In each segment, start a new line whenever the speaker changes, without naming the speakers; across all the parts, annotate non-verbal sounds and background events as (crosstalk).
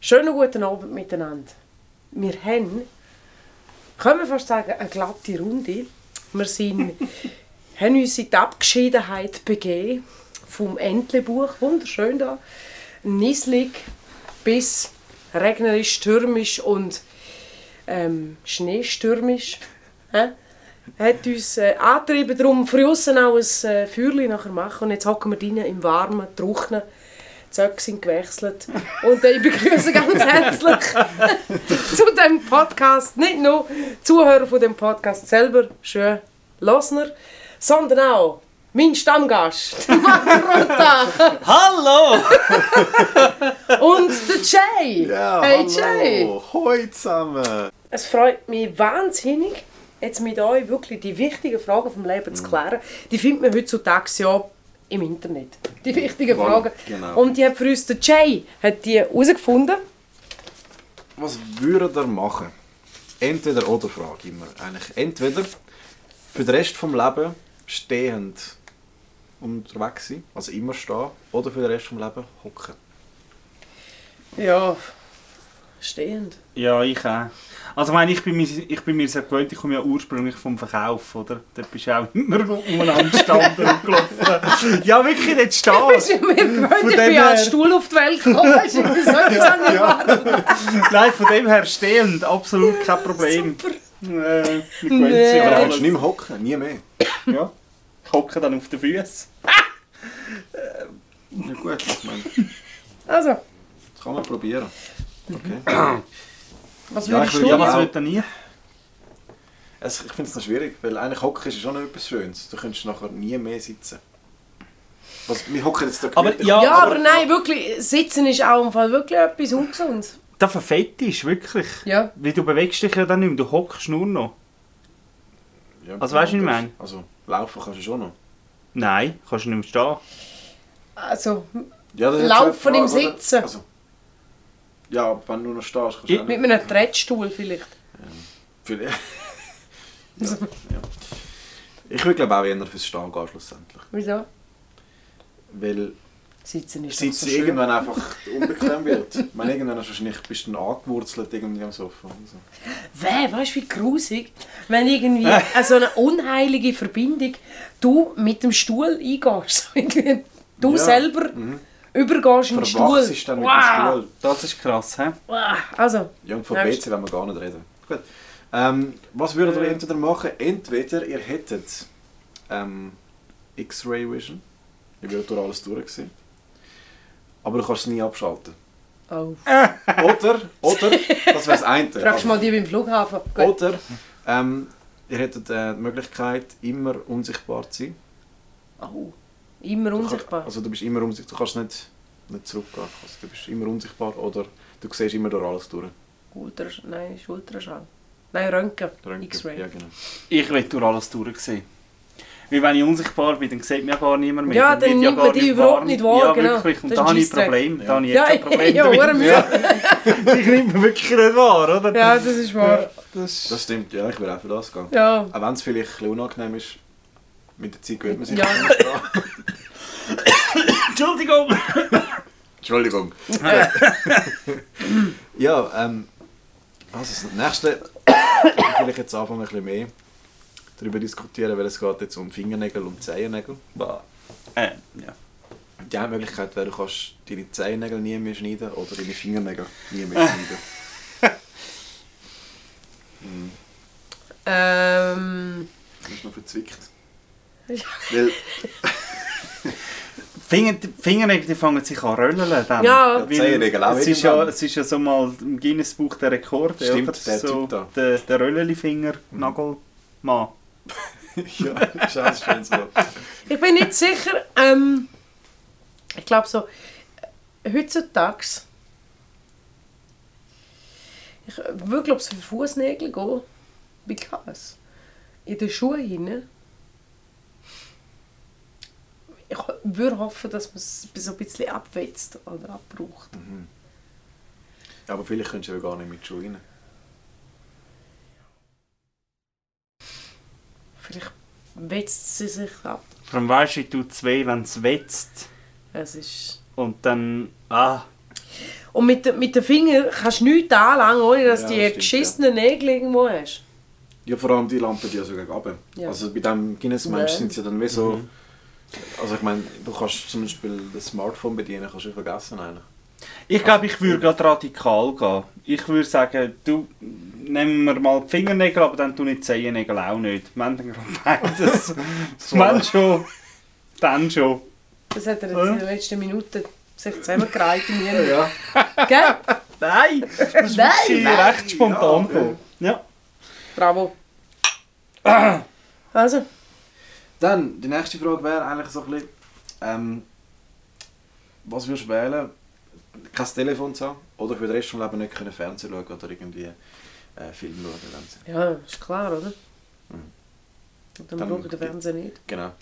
Schönen guten Abend miteinander. Wir haben, können wir fast sagen, eine glatte Runde. Wir sind, haben uns in die Abgeschiedenheit begeben vom Entlebuch. Wunderschön da. Nieslig bis regnerisch, stürmisch und ähm, schneestürmisch. Hä? Hat uns äh, angetrieben, darum für aussen auch ein äh, Feuerchen nachher machen. Und jetzt hocken wir drinnen im Warmen, trocknen. Die Zöcke sind gewechselt. Und äh, ich begrüße ganz herzlich (laughs) zu dem Podcast, nicht nur Zuhörer von dem Podcast selber, schön Losner, sondern auch mein Stammgast, Marc Rotta
Hallo!
und der Jay.
Ja,
hey Jay.
hallo. Hoi zusammen.
Es freut mich wahnsinnig, jetzt mit euch wirklich die wichtigen Fragen vom Leben
Mhm.
zu klären. Die findet man heutzutage ja im Internet. Die wichtigen
Voll,
Fragen.
genau.
Und die hat für uns der Jay hat die herausgefunden.
Was würdet ihr machen? Entweder oder Frage immer. Eigentlich entweder für den Rest vom Leben stehend unterwegs sein, also immer stehen, oder für den Rest vom Leben hocken.
Ja, stehend.
Ja, ich auch. Also ich meine, ich bin mir, ich bin mir sehr gewöhnt, ich komme ja ursprünglich vom Verkauf, oder? Dort bist du auch (laughs) immer umeinander gestanden und gelaufen. Ja, wirklich, dort
Bist
stehst
du mir gewöhnt, ich bin
dem
Also, ja
her-
als Stuhl auf die Welt gekommen. Hast du irgendwie so etwas erwartet?
du. Nein, von dem her stehend, absolut kein Problem.
Super.
Äh, ich gewöhnt
Nee.
sich
Aber
an
du
alles.
kannst nicht mehr hocken, nie mehr.
Ja, ich hocke dann auf den Füßen.
Na gut, ich meine,
Also,
das kann man probieren.
(clears throat)
Okay.
was
Ja,
würdest
ich
du
würde
Ja,
Ja,
machen?
was
aber-
wird denn ihr?
Also, ich finde es noch schwierig, weil eigentlich hocken ist ja schon etwas Schönes. Du könntest nachher nie mehr sitzen. Was, wir hocken jetzt da
Aber
gemütlich.
Ah, ja,
Ja, aber nein, wirklich, sitzen ist auch im Fall wirklich etwas Ungesundes.
Der Verfetisch, wirklich.
Ja.
Weil du bewegst dich ja dann nicht mehr, du hockst nur noch.
Ja,
Also weißt du, wie ich
das-
meine?
Also, laufen kannst du schon noch.
Nein, kannst du nicht mehr stehen.
Also,
Ja, das ist
Laufen
jetzt eine
im
oder?
Sitzen.
Also, ja, wenn du noch stehst, kannst
Ja.
du auch
mit
nicht
einem Trettstuhl vielleicht. (laughs)
viel. ja, ja. Ich würde glaube auch eher fürs Stehen gehen schlussendlich.
Wieso?
Weil
Sitzen ist doch
Sitzen
so schön. (laughs)
irgendwann einfach unbequem wird. Ich meine, irgendwann hast du wahrscheinlich, bist du dann angewurzelt irgendwie am Sofa. und so.
Weh, weißt du, wie grusig, wenn irgendwie eine so eine unheilige Verbindung du mit dem Stuhl eingehst. Irgendwie du
Ja.
selber übergehst in den Stuhl.
Verwachst ist dann mit dem Stuhl.
Das ist krass, hä?
Wow. Also,
Ja, und von
Next.
WC wollen wir gar nicht reden. Gut. Ähm, was würdet
Eh.
ihr entweder machen? Entweder ihr hättet ähm, X-Ray Vision. Ihr würdet durch alles durch sehen. Aber du kannst es nie abschalten.
(laughs) oh.
Oder, oder, das wäre das eine.
fragst du
Also,
mal die beim Flughafen. Gut.
Oder, ähm, ihr hättet äh, die Möglichkeit, immer unsichtbar zu sein.
Au. Immer
Du
unsichtbar.
Kann, also du bist immer unsichtbar, du kannst nicht, nicht zurückgehen. Also, du bist immer unsichtbar oder du siehst immer durch alles durch.
Ultra, nein, ist Ultraschall. Nein, Röntgen.
Röntgen.
X-Ray.
Ja,
Ja,
genau.
Ich will durch alles durchsehen. Weil wenn ich unsichtbar bin, dann sieht mir ja gar niemand mehr.
Ja, dann
wird
nimmt
gar
man dich
nicht
überhaupt
wahr.
nicht wahr,
Ja,
genau.
wirklich. Und
Das
da
ist
habe ich ein
Scheissdreck.
Problem. Da habe ich
ja,
jetzt ein Problem
ja,
damit.
verdammt. ja,
Ich nehme mir wirklich nicht wahr, oder?
das ist wahr.
Das
Das stimmt, ja, ich würde auch für das gehen.
Ja.
Auch wenn es vielleicht ein bisschen unangenehm ist, mit der Zeit gewöhnt man sich
Ja.
daran.
Entschuldigung!
Entschuldigung. ja, ähm, was ist das nächste? Will ich jetzt anfangen, ein bisschen mehr darüber diskutieren, weil es geht jetzt um Fingernägel und Zehennägel.
Äh, ja.
Die eine Möglichkeit wäre, du kannst deine Zehennägel nie mehr schneiden oder deine Fingernägel nie mehr schneiden.
Ähm,
Das ist noch verzwickt. Weil, (laughs)
Finger, die Fingernägel die fangen sich an röllen dann.
Ja. Ja,
Weil
die Zehennägel auch
es ist ja,
irgendwann.
es ist ja so mal im Guinness Buch der Rekord.
Stimmt,
oder?
der
so,
Typ da. Mhm.
Der, der Rölleli-Finger-Nagelmann.
ja, scheiße, schön so.
ich bin nicht sicher. Ähm, ich glaube so, äh, heutzutage. Ich würde glaube für Fußnägel gehen. Because in den Schuhen hinein. Ich ho- würde hoffen, dass man es so ein bisschen abwetzt oder abbraucht.
Ja, aber vielleicht könntest du ja gar nicht mit Schuhen rein.
Vielleicht wetzt sie sich ab.
Vor allem weisst du, ich tue zwei, wenn es wetzt.
Es ist.
Und dann... Ah,
Und mit, den- mit den Fingern kannst du nichts anlangen, ohne dass du
Ja, das
die
stimmt,
geschissenen Nägel irgendwo hast.
Ja, vor allem die Lampen, die ja sogar gab.
Ja.
Also bei dem Guinness-Mensch
Ja.
sind sie dann wie so. Also ich meine, du kannst zum Beispiel das Smartphone bedienen, kannst du vergessen eigentlich.
Ich glaube, ich würde gerade radikal gehen. Ich würde sagen, du, nehmen wir mal die Fingernägel, aber dann tu nicht die Zehennägel auch nicht. Wir haben dann gerade (laughs) beides. Wenn schon, dann schon.
Das hat er jetzt
Ja.
in den letzten Minuten sich zusammengereiht in mir.
Ja.
Gell?
Nein! Das ist
Nein,
wirklich recht spontan gekommen. Ja.
Bravo. Also,
Dann, die nächste Frage wäre eigentlich so ein bisschen, ähm, was würdest du wählen, kein Telefon zu haben oder für den Rest des Lebens nicht können Fernsehen schauen oder irgendwie äh, Film schauen? wenn sie-
ja, ist klar, oder?
Mhm.
Und dann
Dann-
brauche ich den Fernseher nicht.
Genau,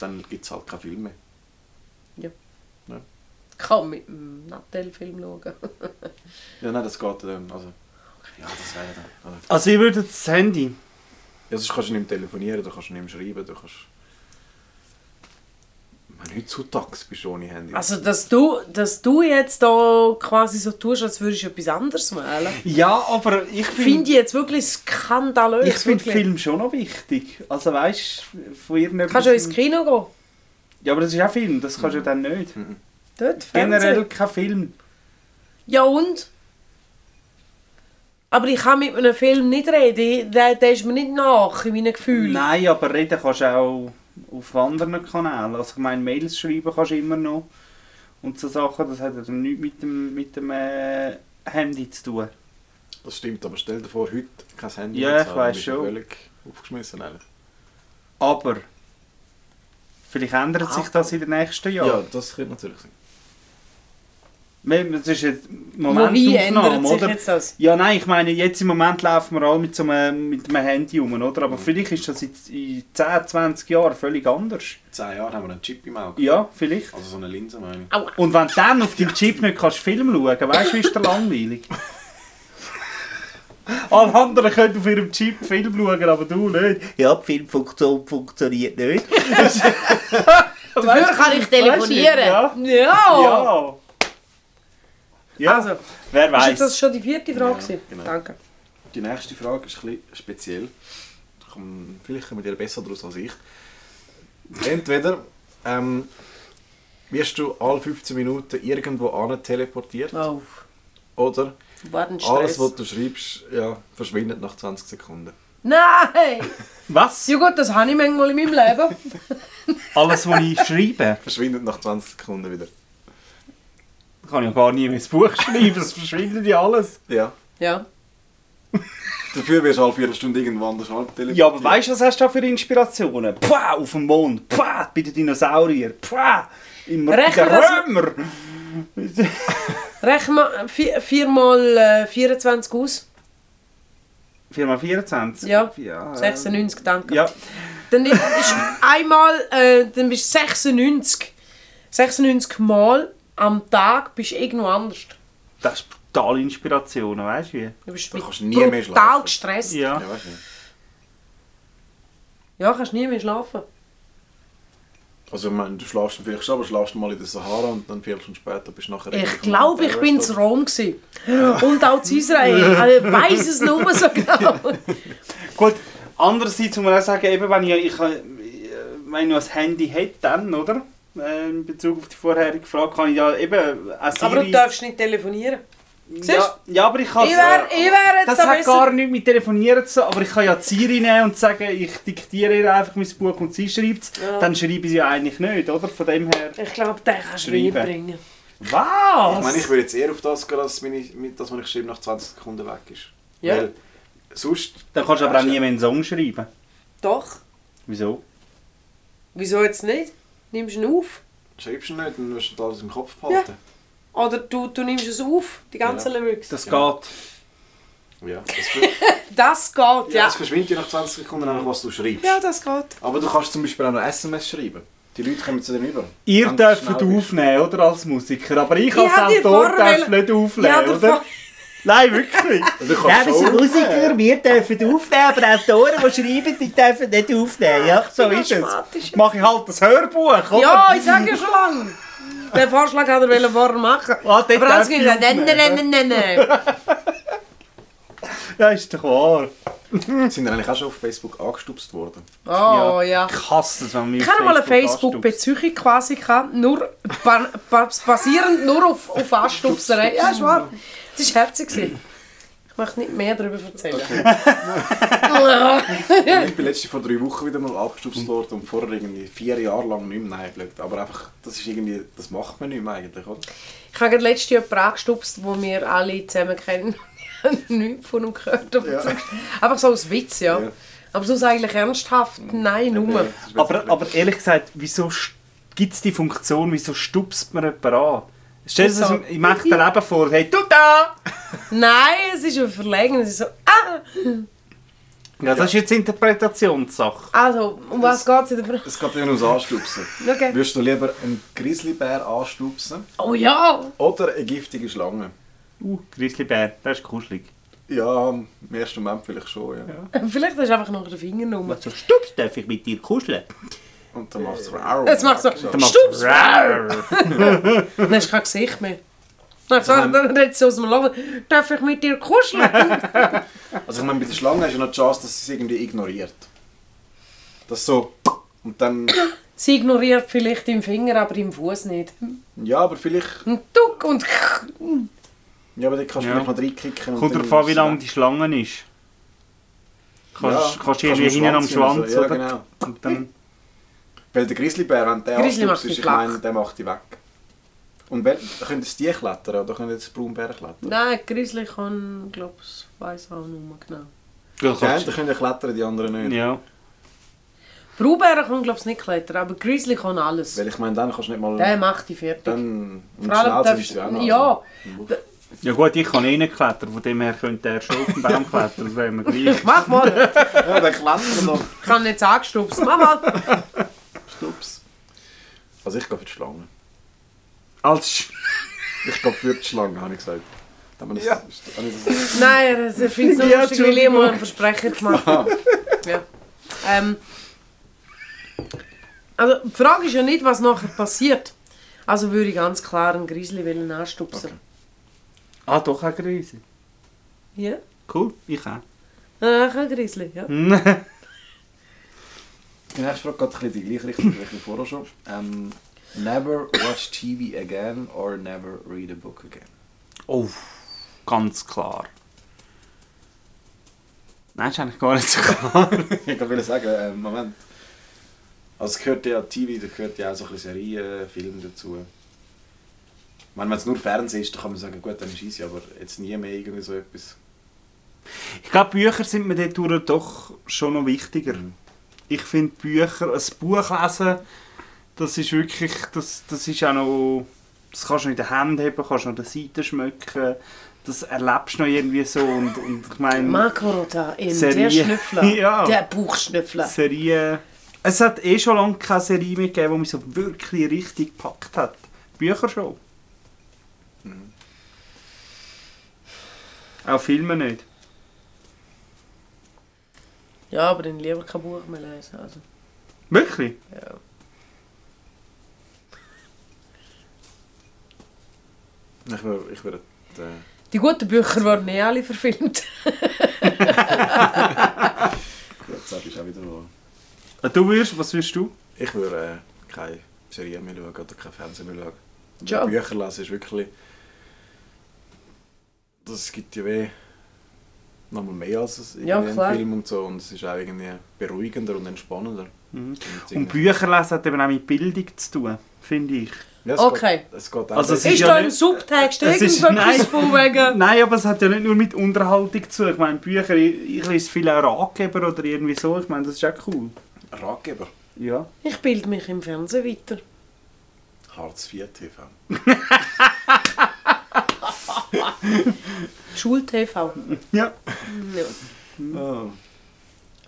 dann gibt es halt keine Filme.
Ich kann mit dem Nattel-Film schauen.
Ja, nein, das geht dann. Also, ja, das wäre dann. Also,
Also ich würde das Handy.
ja, dus sonst kannst du nicht mehr telefonieren, du kannst nicht mehr schreiben, du kannst... Ich meine, heutzutage bist du ohne Handy.
Also, dass du, dass du jetzt da quasi so tust, als würdest du etwas anderes wählen,
Ja, aber ich
finde
finde
ich jetzt wirklich skandalös.
ich find
wirklich.
Film schon noch wichtig. Also weißt du, von irgendetwas...
Kannst du auch ins Kino gehen?
Ja, aber das ist auch Film, das kannst du ja dann nicht.
Dort,
Generell
Fernsehen.
kein Film.
Ja und? Aber ich kann mit einem Film nicht reden, der, der ist mir nicht nach in meinen Gefühlen.
Nein, aber reden kannst du auch auf anderen Kanälen. Also ich meine, Mails schreiben kannst du immer noch. Und so Sachen, das hat ja dann nichts mit dem, mit dem äh, Handy zu tun.
Das stimmt, aber stell dir vor, heute kein Handy
Ja,
zu
ich
haben,
weiss
bist du
schon.
Völlig aufgeschmissen eigentlich.
Aber vielleicht ändert sich das in den nächsten
Ja.
Jahren.
das könnte natürlich sein.
Weil Es ist ein
Wobei ändert
Momentaufnahme,
sich
oder?
jetzt
(laughs)
das?
Ja, nein, ich meine, jetzt im Moment laufen wir alle mit, so einem, mit einem Handy um, oder? Aber vielleicht ist das in, in 10, 20 Jahren völlig anders.
In 10 Jahren haben wir einen Chip im Auge.
Ja, vielleicht.
Also so eine Linse meine ich.
Aua.
Und wenn du dann auf deinem Chip nicht kannst Film schauen kannst, weißt du, ist der langweilig. Alle anderen können auf ihrem Chip Film schauen, aber du nicht. Ja, die Filmfunktion funktioniert nicht.
Dafür kann ich telefonieren.
Weißt
ja. ja.
Ja. Ja,
Also,
wer
ist jetzt das
weiß.
schon die vierte Frage?
Ja,
gewesen?
genau.
Danke.
Die nächste Frage ist ein bisschen speziell. Da komm- Vielleicht kommen wir dir besser daraus als ich. Entweder ähm, wirst du alle 15 Minuten irgendwo an teleportiert
Oh,
oder
war ein Stress.
alles, was du schreibst, ja, verschwindet nach 20 Sekunden.
Nein!
Was?
Ja gut, das habe ich manchmal in meinem Leben.
Alles, was ich schreibe,
Verschwindet nach 20 Sekunden wieder.
kann ich ja gar nie mehr ins Buch schreiben. Es verschwindet ja alles.
Ja.
Ja.
Dafür wirst du alle Viertelstunde irgendwo anders an teleportiert.
Ja, aber weißt du, was hast du da für Inspirationen? Pah, auf dem Mond, pah, bei den Dinosauriern, pah, im
Rechnen
der
das-
Römer. (laughs)
Rechne mal 4 vier, mal äh, 24 aus.
4 mal 24?
Ja.
ja.
96, danke.
Ja,
Dann ist, ist einmal, äh, dann bist du 96. 96 Mal am Tag bist du irgendwo anders.
das ist brutal Inspiration, weißt du wie?
Du bist
Da
mit-
kannst du nie mehr
brutal
schlafen.
gestresst. Ja.
Ja.
Ja, weißt du.
kannst nie mehr schlafen.
Also ich meine, du schlafst dann vielleicht schon, aber schlafst mal in der Sahara und dann vier Stunden später bist du nachher...
Ich
irgendwie
glaube, ich
komplett
bin
erwärmt.
in Rom. Gewesen. Und auch zu
(laughs)
Israel. Also, Ich weiß es nur so genau.
Gut, andererseits muss man auch sagen, eben, wenn ich, ich, äh, wenn ich noch ein Handy hätte, dann, oder? Äh, In Bezug auf die vorherige Frage kann ich ja eben auch Siri...
(laughs) Aber du darfst nicht telefonieren.
ja, ja, aber ich kann äh,
Ich wäre ich wär jetzt
Das
da
hat
besser-
gar nichts mit Telefonieren zu tun, aber ich kann ja die Siri nehmen und sagen, ich diktiere ihr einfach mein Buch und sie schreibt es.
Ja.
Dann schreibe ich es ja eigentlich nicht, oder? Von dem her...
Ich glaube, den kannst du
Schreiben.
nicht bringen.
Was?
Ich meine, ich würde jetzt eher auf das gehen, dass meine, mit- dass meine Stimme nach 20 Sekunden weg ist.
Ja.
Weil sonst...
Dann kannst du aber auch nie mehr einen Song schreiben.
Doch.
Wieso?
Wieso jetzt nicht? Nimmst du ihn auf?
Schreibst du nicht, dann wirst du alles im Kopf behalten.
Oder du, du nimmst es auf, die ganzen
Ja.
Lyrics.
Das geht.
Ja. Es, ver-
Das geht,
ja.
ja.
es verschwindet ja nach 20 Sekunden einfach, was du schreibst.
Ja, das geht.
Aber du kannst zum Beispiel auch noch SMS schreiben. Die Leute kommen zu dir rüber.
Ihr
Wenn du
dürft
schnell bist.
aufnehmen, oder? Als Musiker. Aber ich
Ich
als
hab dir
Autor
vorher
darf
wollen-
nicht aufnehmen,
der
oder?
Fa-
(laughs) Nein, wirklich.
Also du (laughs) kannst schon aufnehmen.
wir dürfen aufnehmen, aber Autoren, die schreiben, die dürfen nicht aufnehmen. Ja, so
bin asthmatisch jetzt.
Mache ich halt das Hörbuch, oder?
Ja, ich sage ja schon lange. Den Vorschlag hat er vorher machen.
Ah, dort
Aber alles
darf ich
ging dann, nein,
aufnehmen.
nein, nein, nein.
Ja, ist doch wahr.
Sind ihr eigentlich auch schon auf Facebook angestupst worden?
Oh ja.
Ich hasse es, wenn mich
Ich hatte mal eine
anstupst.
Facebook-Beziehung quasi, gehabt, nur ba ba basierend nur auf, auf Anstupserei. Ja, ist wahr. Es war herzig. gewesen. Ich möchte nicht mehr darüber erzählen.
Ich bin letzte vor drei Wochen wieder mal abgestupst worden und vorher irgendwie vier Jahre lang nicht mehr. Nein, blöd. Aber einfach, das ist irgendwie, das macht man nicht mehr eigentlich, oder?
(laughs) ich habe gerade letztes Jahr jemanden angestupst, wo wir alle zusammen kennen. (laughs) Ich habe nichts von ihm gehört. aber
Ja.
so- Einfach so als Witz, ja.
Ja.
Aber sonst eigentlich ernsthaft, nein, nur.
Das ist
Aber,
wirklich-
aber ehrlich gesagt, wieso gibt es die Funktion, wieso stupst man jemanden an? Stell dir das
Also.
im im echten Leben vor, hey, du da!
Nein, es ist ein Verlegen. Es ist so, ah!
Ja, das ist jetzt Interpretationssache.
Also, um was geht es in der Frage?
Es geht ja nur ums Anstupsen.
Okay.
Würdest du lieber einen Grizzlybär anstupsen
Oh ja! (laughs)
oder eine giftige Schlange?
Uh, Grizzlybär, das ist kuschelig.
Ja, im ersten Moment vielleicht schon, ja.
Vielleicht hast du einfach noch den Finger genommen.
Was so stupst, darf ich mit dir kuscheln?
Und dann macht es Rau.
Jetzt macht's so.
Dann macht's
Stups!
rar.
Dann hast du kein Gesicht mehr. Dann sagt er, dann redet sie aus dem Lachen. Darf ich mit dir
(laughs)
kuscheln?
Also ich meine, bei der Schlange hast du noch die Chance, dass sie es irgendwie ignoriert. Das so... Und dann...
sie ignoriert vielleicht im Finger, aber im Fuß nicht.
Ja, aber vielleicht...
Ein Tuck und. (laughs)
Ja, aber dann kannst du
Ja.
vielleicht noch reinkicken. und
Kommt
dann
drauf an, wie
ist-
lang die Schlange ist. Kannst,
Ja,
kannst
kannst
du irgendwie
mit dem
hinten am
Schwanz oder
Schwanz,
so, ja,
oder?
genau.
Und dann,
Weil der Grizzlybär, wenn der
Grizzly macht
anstupst,
dich
ich meine,
flach.
der macht die weg. Und wel, können jetzt die klettern oder können jetzt Braunbären klettern?
Nein, Grizzly kann, glaube ich, weiß auch nicht mehr genau.
ja,
Die einen
kannst,
können klettern, die anderen nicht.
ja.
Braubären kann, glaube ich, nicht klettern, aber Grizzly kann alles.
Weil ich meine, dann kannst du nicht mal...
Der macht die fertig.
dann... Und
Vor allem
Schnauze ist
darfst
ja auch noch.
Ja,
ja gut, ich kann eh nicht klettern, von dem her könnte er schon auf den Baum klettern, das wäre mir gleich.
mach mal.
(laughs) Ja, der klettert noch.
Ich kann jetzt angestupst. Mach mal.
Stups. Also ich gehe für die Schlange.
Als Sch
(laughs) Ich gehe für die Schlange, habe ich gesagt. Dann bin ich,
Ja.
habe ich das,
Nein, er- er findet es so
Ja,
lustig, weil ich mal ein Versprechen gemacht
(laughs)
habe. Ja. Ähm, also, die Frage ist ja nicht, was nachher passiert. Also würde ich ganz klar einen Grizzly wollen anstupsen.
(laughs) ah, doch, ein Grise.
Ja,
Cool, ich (laughs) auch.
äh, ich habe einen Grizzly, ja.
Hm.
die nächste Frage geht ein bisschen in die gleiche Richtung wie ich vorher schon. Ähm, never watch TV again or never read a book again.
Oh, ganz klar. Nein, ist eigentlich gar nicht so klar.
(laughs) ich wollte sagen, ähm, Moment. Also es gehört ja TV, da gehört ja auch so ein bisschen Serien, Filme dazu. Ich meine, wenn es nur Fernsehen ist, dann kann man sagen, gut, dann ist easy, aber jetzt nie mehr irgendwie so etwas.
Ich glaube, Bücher sind mir dort durch doch schon noch wichtiger. Ich finde Bücher, ein Buch lesen, das ist wirklich, das, das ist auch noch, das kannst du noch in der Hand haben, kannst du noch an der Seite schmecken, das erlebst du noch irgendwie so und, und ich meine,
Marco Rota in
Serie.
der Schnüffler.
(laughs) Ja.
Der Buchschnüffler.
Serien, es hat eh schon lange keine Serie mehr gegeben, die mich so wirklich richtig gepackt hat. Bücher schon. Auch Filme nicht.
Ja, aber dann lieber kein Buch mehr lesen. Also.
Wirklich?
Ja.
Ich würde... Ich würde äh,
Die guten Bücher wurden eh alle verfilmt.
gut, sag ich auch wieder mal.
Ah, Du würdest, was würdest du?
Ich würde äh, keine Serien mehr schauen oder kein Fernsehen mehr schauen.
Ja.
Bücher lesen ist wirklich... Das gibt ja weh... Nochmal mehr als es irgendwie
Ja, klar.
ein Film und so. Und es ist auch irgendwie beruhigender und entspannender. Und
Mhm. Und
irgendwie-
Bücher lesen hat eben auch mit Bildung zu tun, finde ich.
Ja, es
Okay.
Geht, es geht auch
Also es
besser.
Ist
ja
da im
nicht- (laughs)
Subtext
Es ist-
irgendwas
nein.
von wegen?
(laughs) Nein, aber es hat ja nicht nur mit Unterhaltung zu tun. Ich meine, Bücher, ich ich lese viele Ratgeber oder irgendwie so. Ich meine, das ist auch cool.
Ratgeber.
Ja.
Ich bilde mich im Fernsehen weiter.
Hartz IV TV.
Schul-TV. Ja.
Ja.
Oh.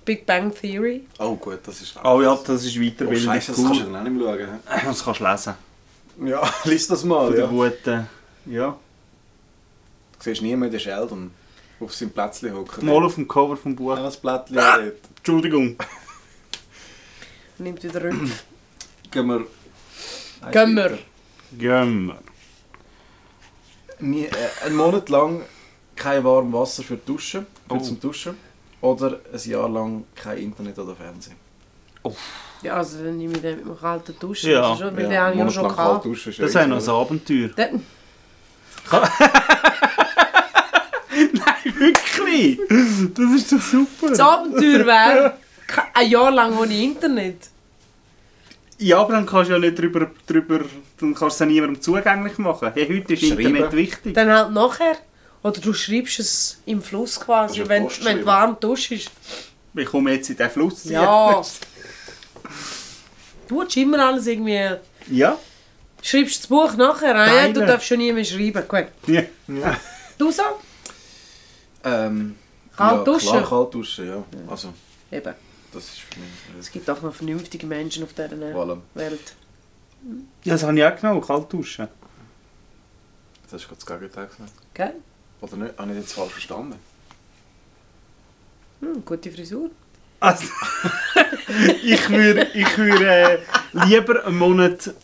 Big Bang Theory.
gut, das ist auch.
Oh ja, das ist
Oh,
Weiterbildung.
Scheiße, das kannst du
cool.
dann auch nicht mehr schauen. hä?
Das kannst du lesen.
Ja, (laughs) lies das mal. Ja.
Von der
Du
guten. Oh Ja.
siehst nie mehr den Sheldon auf seinem Plätzchen hocken.
Mal auf dem Cover vom Buch.
das Plätzchen (laughs) dort.
Entschuldigung.
Nimmt wieder Rümpf.
Gehen wir.
Gehen wir.
Gehen wir.
Nie, äh, einen Monat lang kein warmes Wasser für, die Dusche, für
Oh.
zum Duschen oder ein Jahr lang kein Internet oder Fernsehen.
Ja, also dann nehme ich den mit dem kalten Duschen.
Ja.
Das ist schon, weil den habe ich auch schon gehabt.
duschen.
Das wäre noch ein Abenteuer.
Dann-
(laughs) Nein, wirklich! Das ist doch
Das
super!
Abenteuer wäre ke- ein Jahr lang ohne Internet.
Ja, aber dann kannst du ja nicht drüber, drüber dann kannst du es ja niemandem zugänglich machen. Hey, heute ist
Schreiben.
Internet wichtig.
Dann halt nachher. Oder du schreibst es im Fluss quasi,
Kannst du
wenn, wenn
Post
du
schreiben.
warm duschst.
Ich komme jetzt in den Fluss.
Ja. Du hast immer alles irgendwie...
Ja?
Schreibst das Buch nachher? Ah, ja, du
Deine.
darfst schon nie mehr schreiben. Gut.
ja.
Du so?
Ähm,
Kalt
ja,
duschen.
Klar, kalt duschen, ja. Also,
Eben.
das ist für mich...
Es gibt auch noch vernünftige Menschen auf dieser
Voilà.
Welt.
Ja, das habe ich auch genommen, kalt duschen.
Das ist gerade das Gegenteil gesagt.
Gell?
Oder nicht? Habe ich jetzt falsch verstanden?
Hm, gute Frisur.
Also, (laughs) ich würde ich würd, äh, lieber einen Monat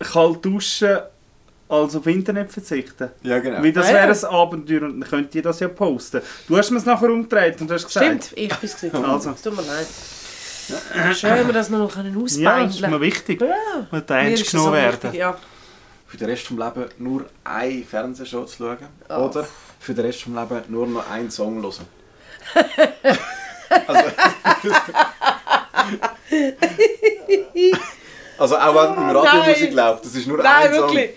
kalt duschen, als auf Internet verzichten.
Ja, genau.
Weil das
Ah, ja.
wäre ein Abenteuer und dann könnt ihr das ja posten. Du hast mir es nachher umgedreht und hast gesagt...
Stimmt, ich bin es gewesen.
(laughs) Also.
Es Tut mir leid. Schön, wenn wir das noch können
Ja, das ist mir
ausbeindeln
wichtig.
Ja.
Wenn der ernst genommen werden.
Ja.
Für den Rest des Lebens nur eine Fernsehshow zu schauen.
Oh.
Oder für den Rest des Lebens nur noch einen Song hören. also... (laughs) also auch wenn im Radio
nein.
Musik läuft, das ist nur
Nein,
ein Song.
wirklich.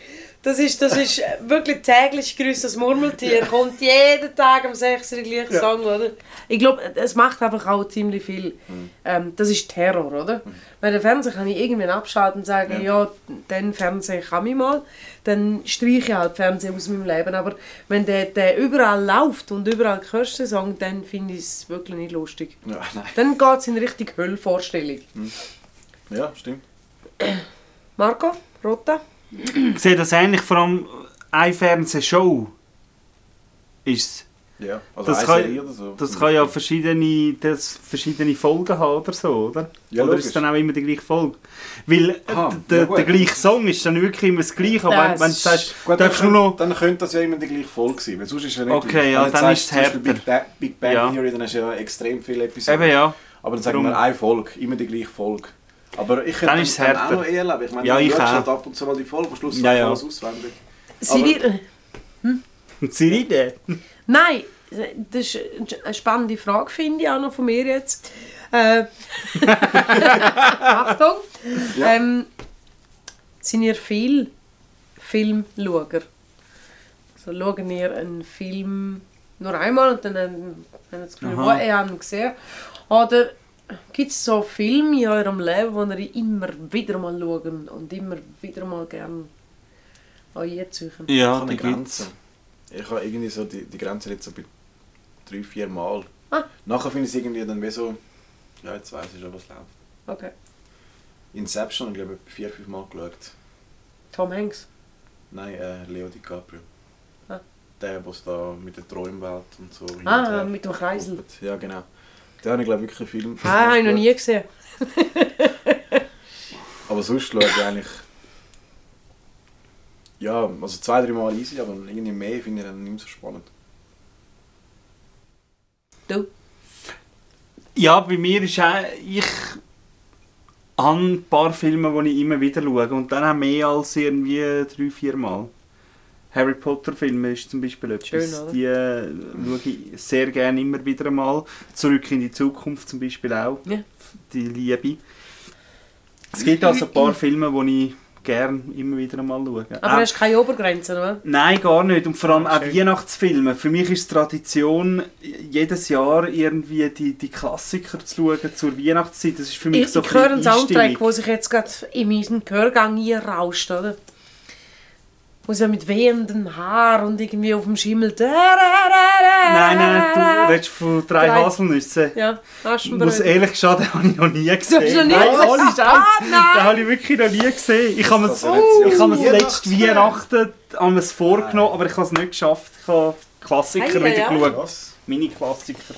Das ist, das ist wirklich täglich grüßt das Murmeltier. Kommt jeden Tag am 6. Uhr gleichen
Ja.
Song, oder? Ich glaube, es macht einfach auch ziemlich viel. Ähm, das ist Terror, oder? Weil den Fernseher kann ich irgendwann abschalten und sagen, Mhm. ja, den Fernseher kann ich mal. Dann streiche ich halt Fernsehen aus meinem Leben. Aber wenn der, der überall läuft und überall hörst den Song, dann finde ich es wirklich nicht lustig.
Ja, nein.
Dann geht es in Richtung Höllvorstellung.
ja, stimmt.
Marco, Rotta?
Ich sehe das eigentlich vor allem eine Fernsehshow. Ist
Ja, also
Das
eine
kann-
Serie oder so. Mhm.
Das kann ja verschiedene, das verschiedene Folgen haben oder so, oder?
Ja,
oder
logisch.
ist dann auch immer die gleiche Folge? Weil äh,
Ah,
der,
ja,
der
gut.
gleiche Song ist dann wirklich immer das gleiche, aber wenn,
Das
wenn du
ist-
sagst,
Gut, dann,
darfst du
könnte,
nur noch...
dann könnte das ja immer die gleiche Folge sein, weil sonst ist es ja nicht
Okay,
gleich. Wenn
ja,
du
dann
sagst,
ist es
zum Beispiel
härter.
Big, Bang, Big Bang
Ja.
Theory, dann hast du ja extrem viele Episoden.
Eben ja.
Aber dann sagen
Drum.
wir eine Folge, immer die gleiche Folge. Aber ich könnte
Dann ist es
dann auch
härter.
noch eh erleben. Ich meine,
Ja,
du
ich
hörst
auch.
halt ab und zu mal die Folge, am Schluss
Ja, ja.
alles auswendig.
Sind
Aber-
ihr...
Und sie reden.
Nein, das ist eine spannende Frage, finde ich auch noch von mir jetzt. Äh, (laughs) Achtung!
Ja.
Ähm, sind ihr viel Filmschauer? Also schauen ihr einen Film nur einmal und dann ähm, habt ihr das Gefühl,
Aha.
oh, ich habe ihn gesehen? Oder gibt es so Filme in eurem Leben, die ihr immer wieder mal schauen und immer wieder mal gerne euch einzeichnen?
Ich
Ja,
habe
die
eine
gibt's.
Grenze. Ich habe irgendwie so die, die Grenze jetzt so bei drei, vier Mal.
Ah.
Nachher finde ich es irgendwie dann wie so, ja jetzt weiß ich schon, was läuft.
Okay.
Inception habe ich glaube ich vier, fünf Mal geschaut.
Tom Hanks.
Nein, äh, Leo DiCaprio.
Ah.
Der, der da mit der Träumwelt und so. hin und
Ah,
her
mit dem Kreisel.
kuppelt. Ja, genau. Den habe ich glaube wirklich viel.
Ah, habe ich noch nie gesehen.
Aber sonst schaue ich eigentlich. Ja, also zwei, drei Mal easy, aber irgendwie mehr finde ich dann nicht mehr so spannend.
Du?
Ja, bei mir ist auch... Ich habe ein paar Filme, die ich immer wieder schaue und dann auch mehr als irgendwie drei, vier Mal. Harry Potter Filme ist zum Beispiel etwas,
Schön, oder?
die äh, schaue ich sehr gerne immer wieder mal. Zurück in die Zukunft zum Beispiel auch.
Ja.
Die Liebe. Es gibt also ein
(clears throat)
paar Filme, die ich gerne immer wieder mal schaue.
Aber
Auch-
hast keine Obergrenze, oder?
Nein, gar nicht. Und vor allem auch
Schön.
Weihnachtsfilme. Für mich ist Tradition, jedes Jahr irgendwie die, die Klassiker zu schauen zur Weihnachtszeit. Das ist für mich
Ich,
so
ich höre einen Soundtrack,
Einstimmung.
der sich jetzt gerade in meinen Gehörgang einrauscht, oder? Wo sie mit wehendem Haar und irgendwie auf dem Schimmel... Nein,
Nein, nein,
(laughs)
du redest von drei,
Drei-
Haselnüssen.
Ja, hast
Ich
du
muss
mir
ehrlich gestehen, (laughs) den habe ich noch nie gesehen.
hast ihn noch nie
nein,
gesehen?
ohne Scheiß.
Ah, nein.
Den habe ich wirklich noch nie gesehen. Ich habe es
Das ist jetzt ja
ich habe es
Weihnachtsfilm.
letztes Weihnachten habe mir es vorgenommen, aber ich habe es nicht geschafft. Ich habe Klassiker
Ei, ei,
wieder
ei.
geschaut.
Was?
Meine Klassiker.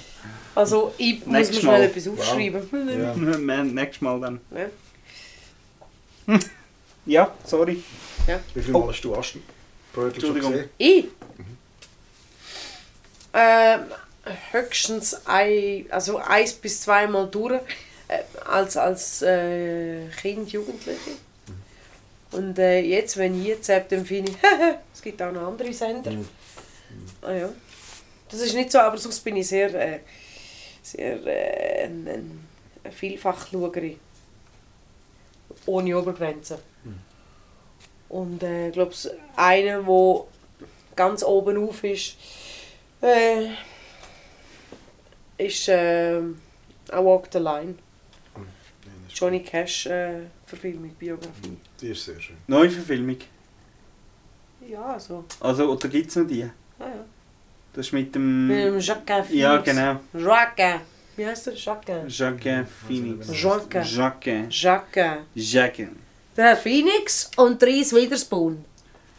Also, ich muss
Nächstes
mir
Mal. (laughs)
schnell etwas aufschreiben.
Ja.
Wir- Nächstes Mal dann.
Ja.
(laughs) Ja, sorry.
Wie viel Mal hast du Asten? Brötchen schon
Entschuldigung.
gesehen?
Ich? Ähm, höchstens ein, also eins bis zweimal durch äh, als, als äh, Kind, Jugendliche. Und äh, jetzt, wenn ich jetzt habe, dann finde ich, (laughs) es gibt auch noch andere Sender. Ah, ja. Das ist nicht so, aber sonst bin ich sehr, äh, sehr äh, ein, ein- eine Vielfachschauerin. Ohne Obergrenze. Und äh, ich glaube, einer, der ganz oben auf ist, äh, ist äh, I Walk the
Nein,
Line.
das ist-
Johnny Cash äh, Verfilmung, Biografie.
Die ist sehr schön.
Neuverfilmung.
Ja, so.
Also, oder gibt es noch die?
Ah, ja.
Das ist mit dem...
Mit dem Jacques
Mm. ja,
Phoenix.
genau.
Jacques. Wie heißt der? Jacques.
Jacques Phoenix.
Jacques.
Jacques.
Jacques.
Jacques.
Der Herr Phoenix und Reese Witherspoon.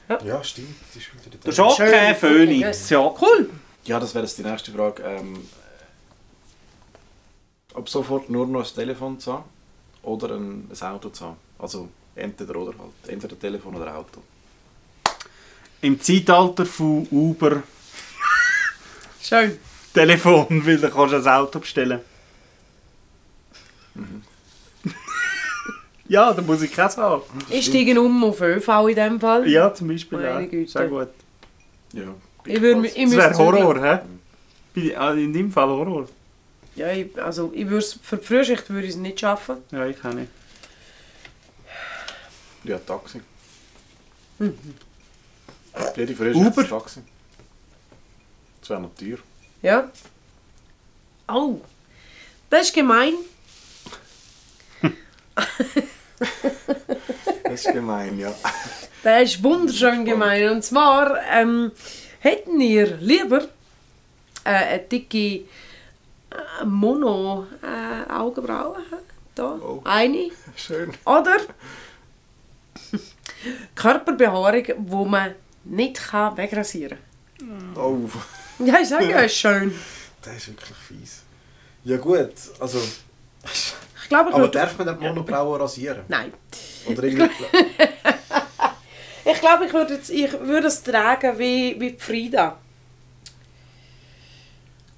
Ja, stimmt. Die ist wieder da.
Der Jacques
Schön.
Phoenix. Ja.
Cool.
Ja, das wäre jetzt die nächste Frage. Ähm, äh, ab sofort nur noch ein Telefon zu haben oder ein, ein Auto zu haben. Also entweder oder halt. Entweder Telefon oder Auto.
Im Zeitalter von Uber
(laughs) Schön.
Telefon, weil da kannst du ein Auto bestellen.
Mhm.
(laughs) ja, da muss ich keins haben.
Ich steige um auf ÖV in dem Fall.
Ja, zum Beispiel.
Meine
Ja.
Güte.
Sehr gut.
Ja.
Ich würde ich
Das
müsste
wäre Horror,
zügeln.
hä? Bei- ah, In deinem Fall Horror.
Ja, ich, also ich würd's, für die Frühschicht würde ich es nicht schaffen.
Ja, ich kann nicht.
Ja, Taxi. Jede Früh ist
Uber?
jetzt ein Taxi. Das wäre noch teuer.
Ja. Oh, das ist gemein.
Das ist
(laughs)
gemein, ja.
Das ist wunderschön
Spannend.
gemein. Und zwar ähm, hätten wir lieber äh, eine dicke äh, Mono-Augenbraue. da,
Oh.
eine.
Schön.
Oder Körperbehaarung, die man nicht kann wegrasieren
Oh.
kann. Ja, ich sage ja, ist schön.
Der ist wirklich fies. Ja gut, also...
(laughs)
Ich glaube, ich
Aber
würde...
darf man den Monobrauen rasieren?
Nein.
Oder
(laughs)
irgendwie...
Ich glaube, ich würde, jetzt, ich würde es tragen wie, wie die Frida.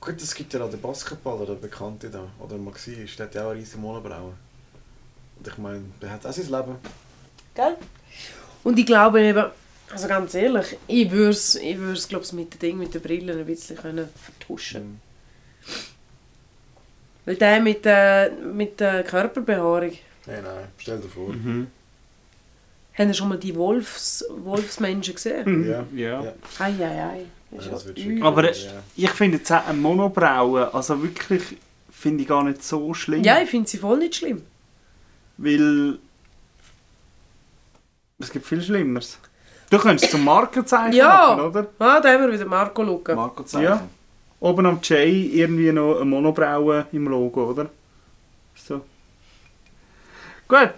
Gut, es gibt ja auch den Basketballer, der Bekannte da, oder mal gesehen ist, der hat ja auch eine riesige Monobraue. Und ich meine, der hat auch sein Leben.
Gell? Und ich glaube eben, also ganz ehrlich, ich würde es, ich würd's, glaub ich, mit dem Ding, mit den Brillen ein bisschen können vertuschen
Mhm.
Weil der mit, äh, mit der Körperbehaarung,
Nein, nein, stell dir vor.
haben ihr schon mal die Wolfs, Wolfsmenschen gesehen?
Ja.
Ja.
Ja.
Ei, ei, ei.
Hm.
Das
Ja, das
ist ja
wird schwierig.
übel.
Aber äh,
Ja.
ich finde jetzt auch eine Monobraue, also wirklich, finde ich gar nicht so schlimm.
Ja, ich finde sie voll nicht schlimm.
Weil es gibt viel Schlimmeres. Du könntest zum Markenzeichen
Ja.
machen, oder?
Ah, da haben wir wieder Marco schauen.
Marco Zeichen.
Ja. Oben am J irgendwie noch eine Monobraue im Logo, oder? So. Gut.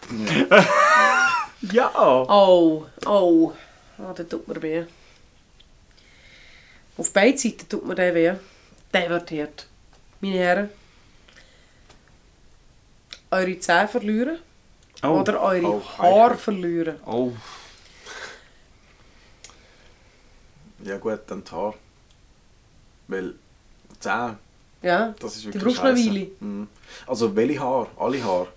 (laughs) Ja.
Oh, oh. Ah, der tut mir weh. Auf beiden Seiten tut mir der weh. Der wird hart. Meine Herren, eure Zähne verlieren
Oh.
oder eure
Oh,
Haare
Eichel.
verlieren.
oh.
Ja gut, dann die Haare. Weil 10,
Ja,
das ist
die
wirklich
brauchst du eine
scheisse.
Weile.
Mhm. Also welche Haare? Alle Haare.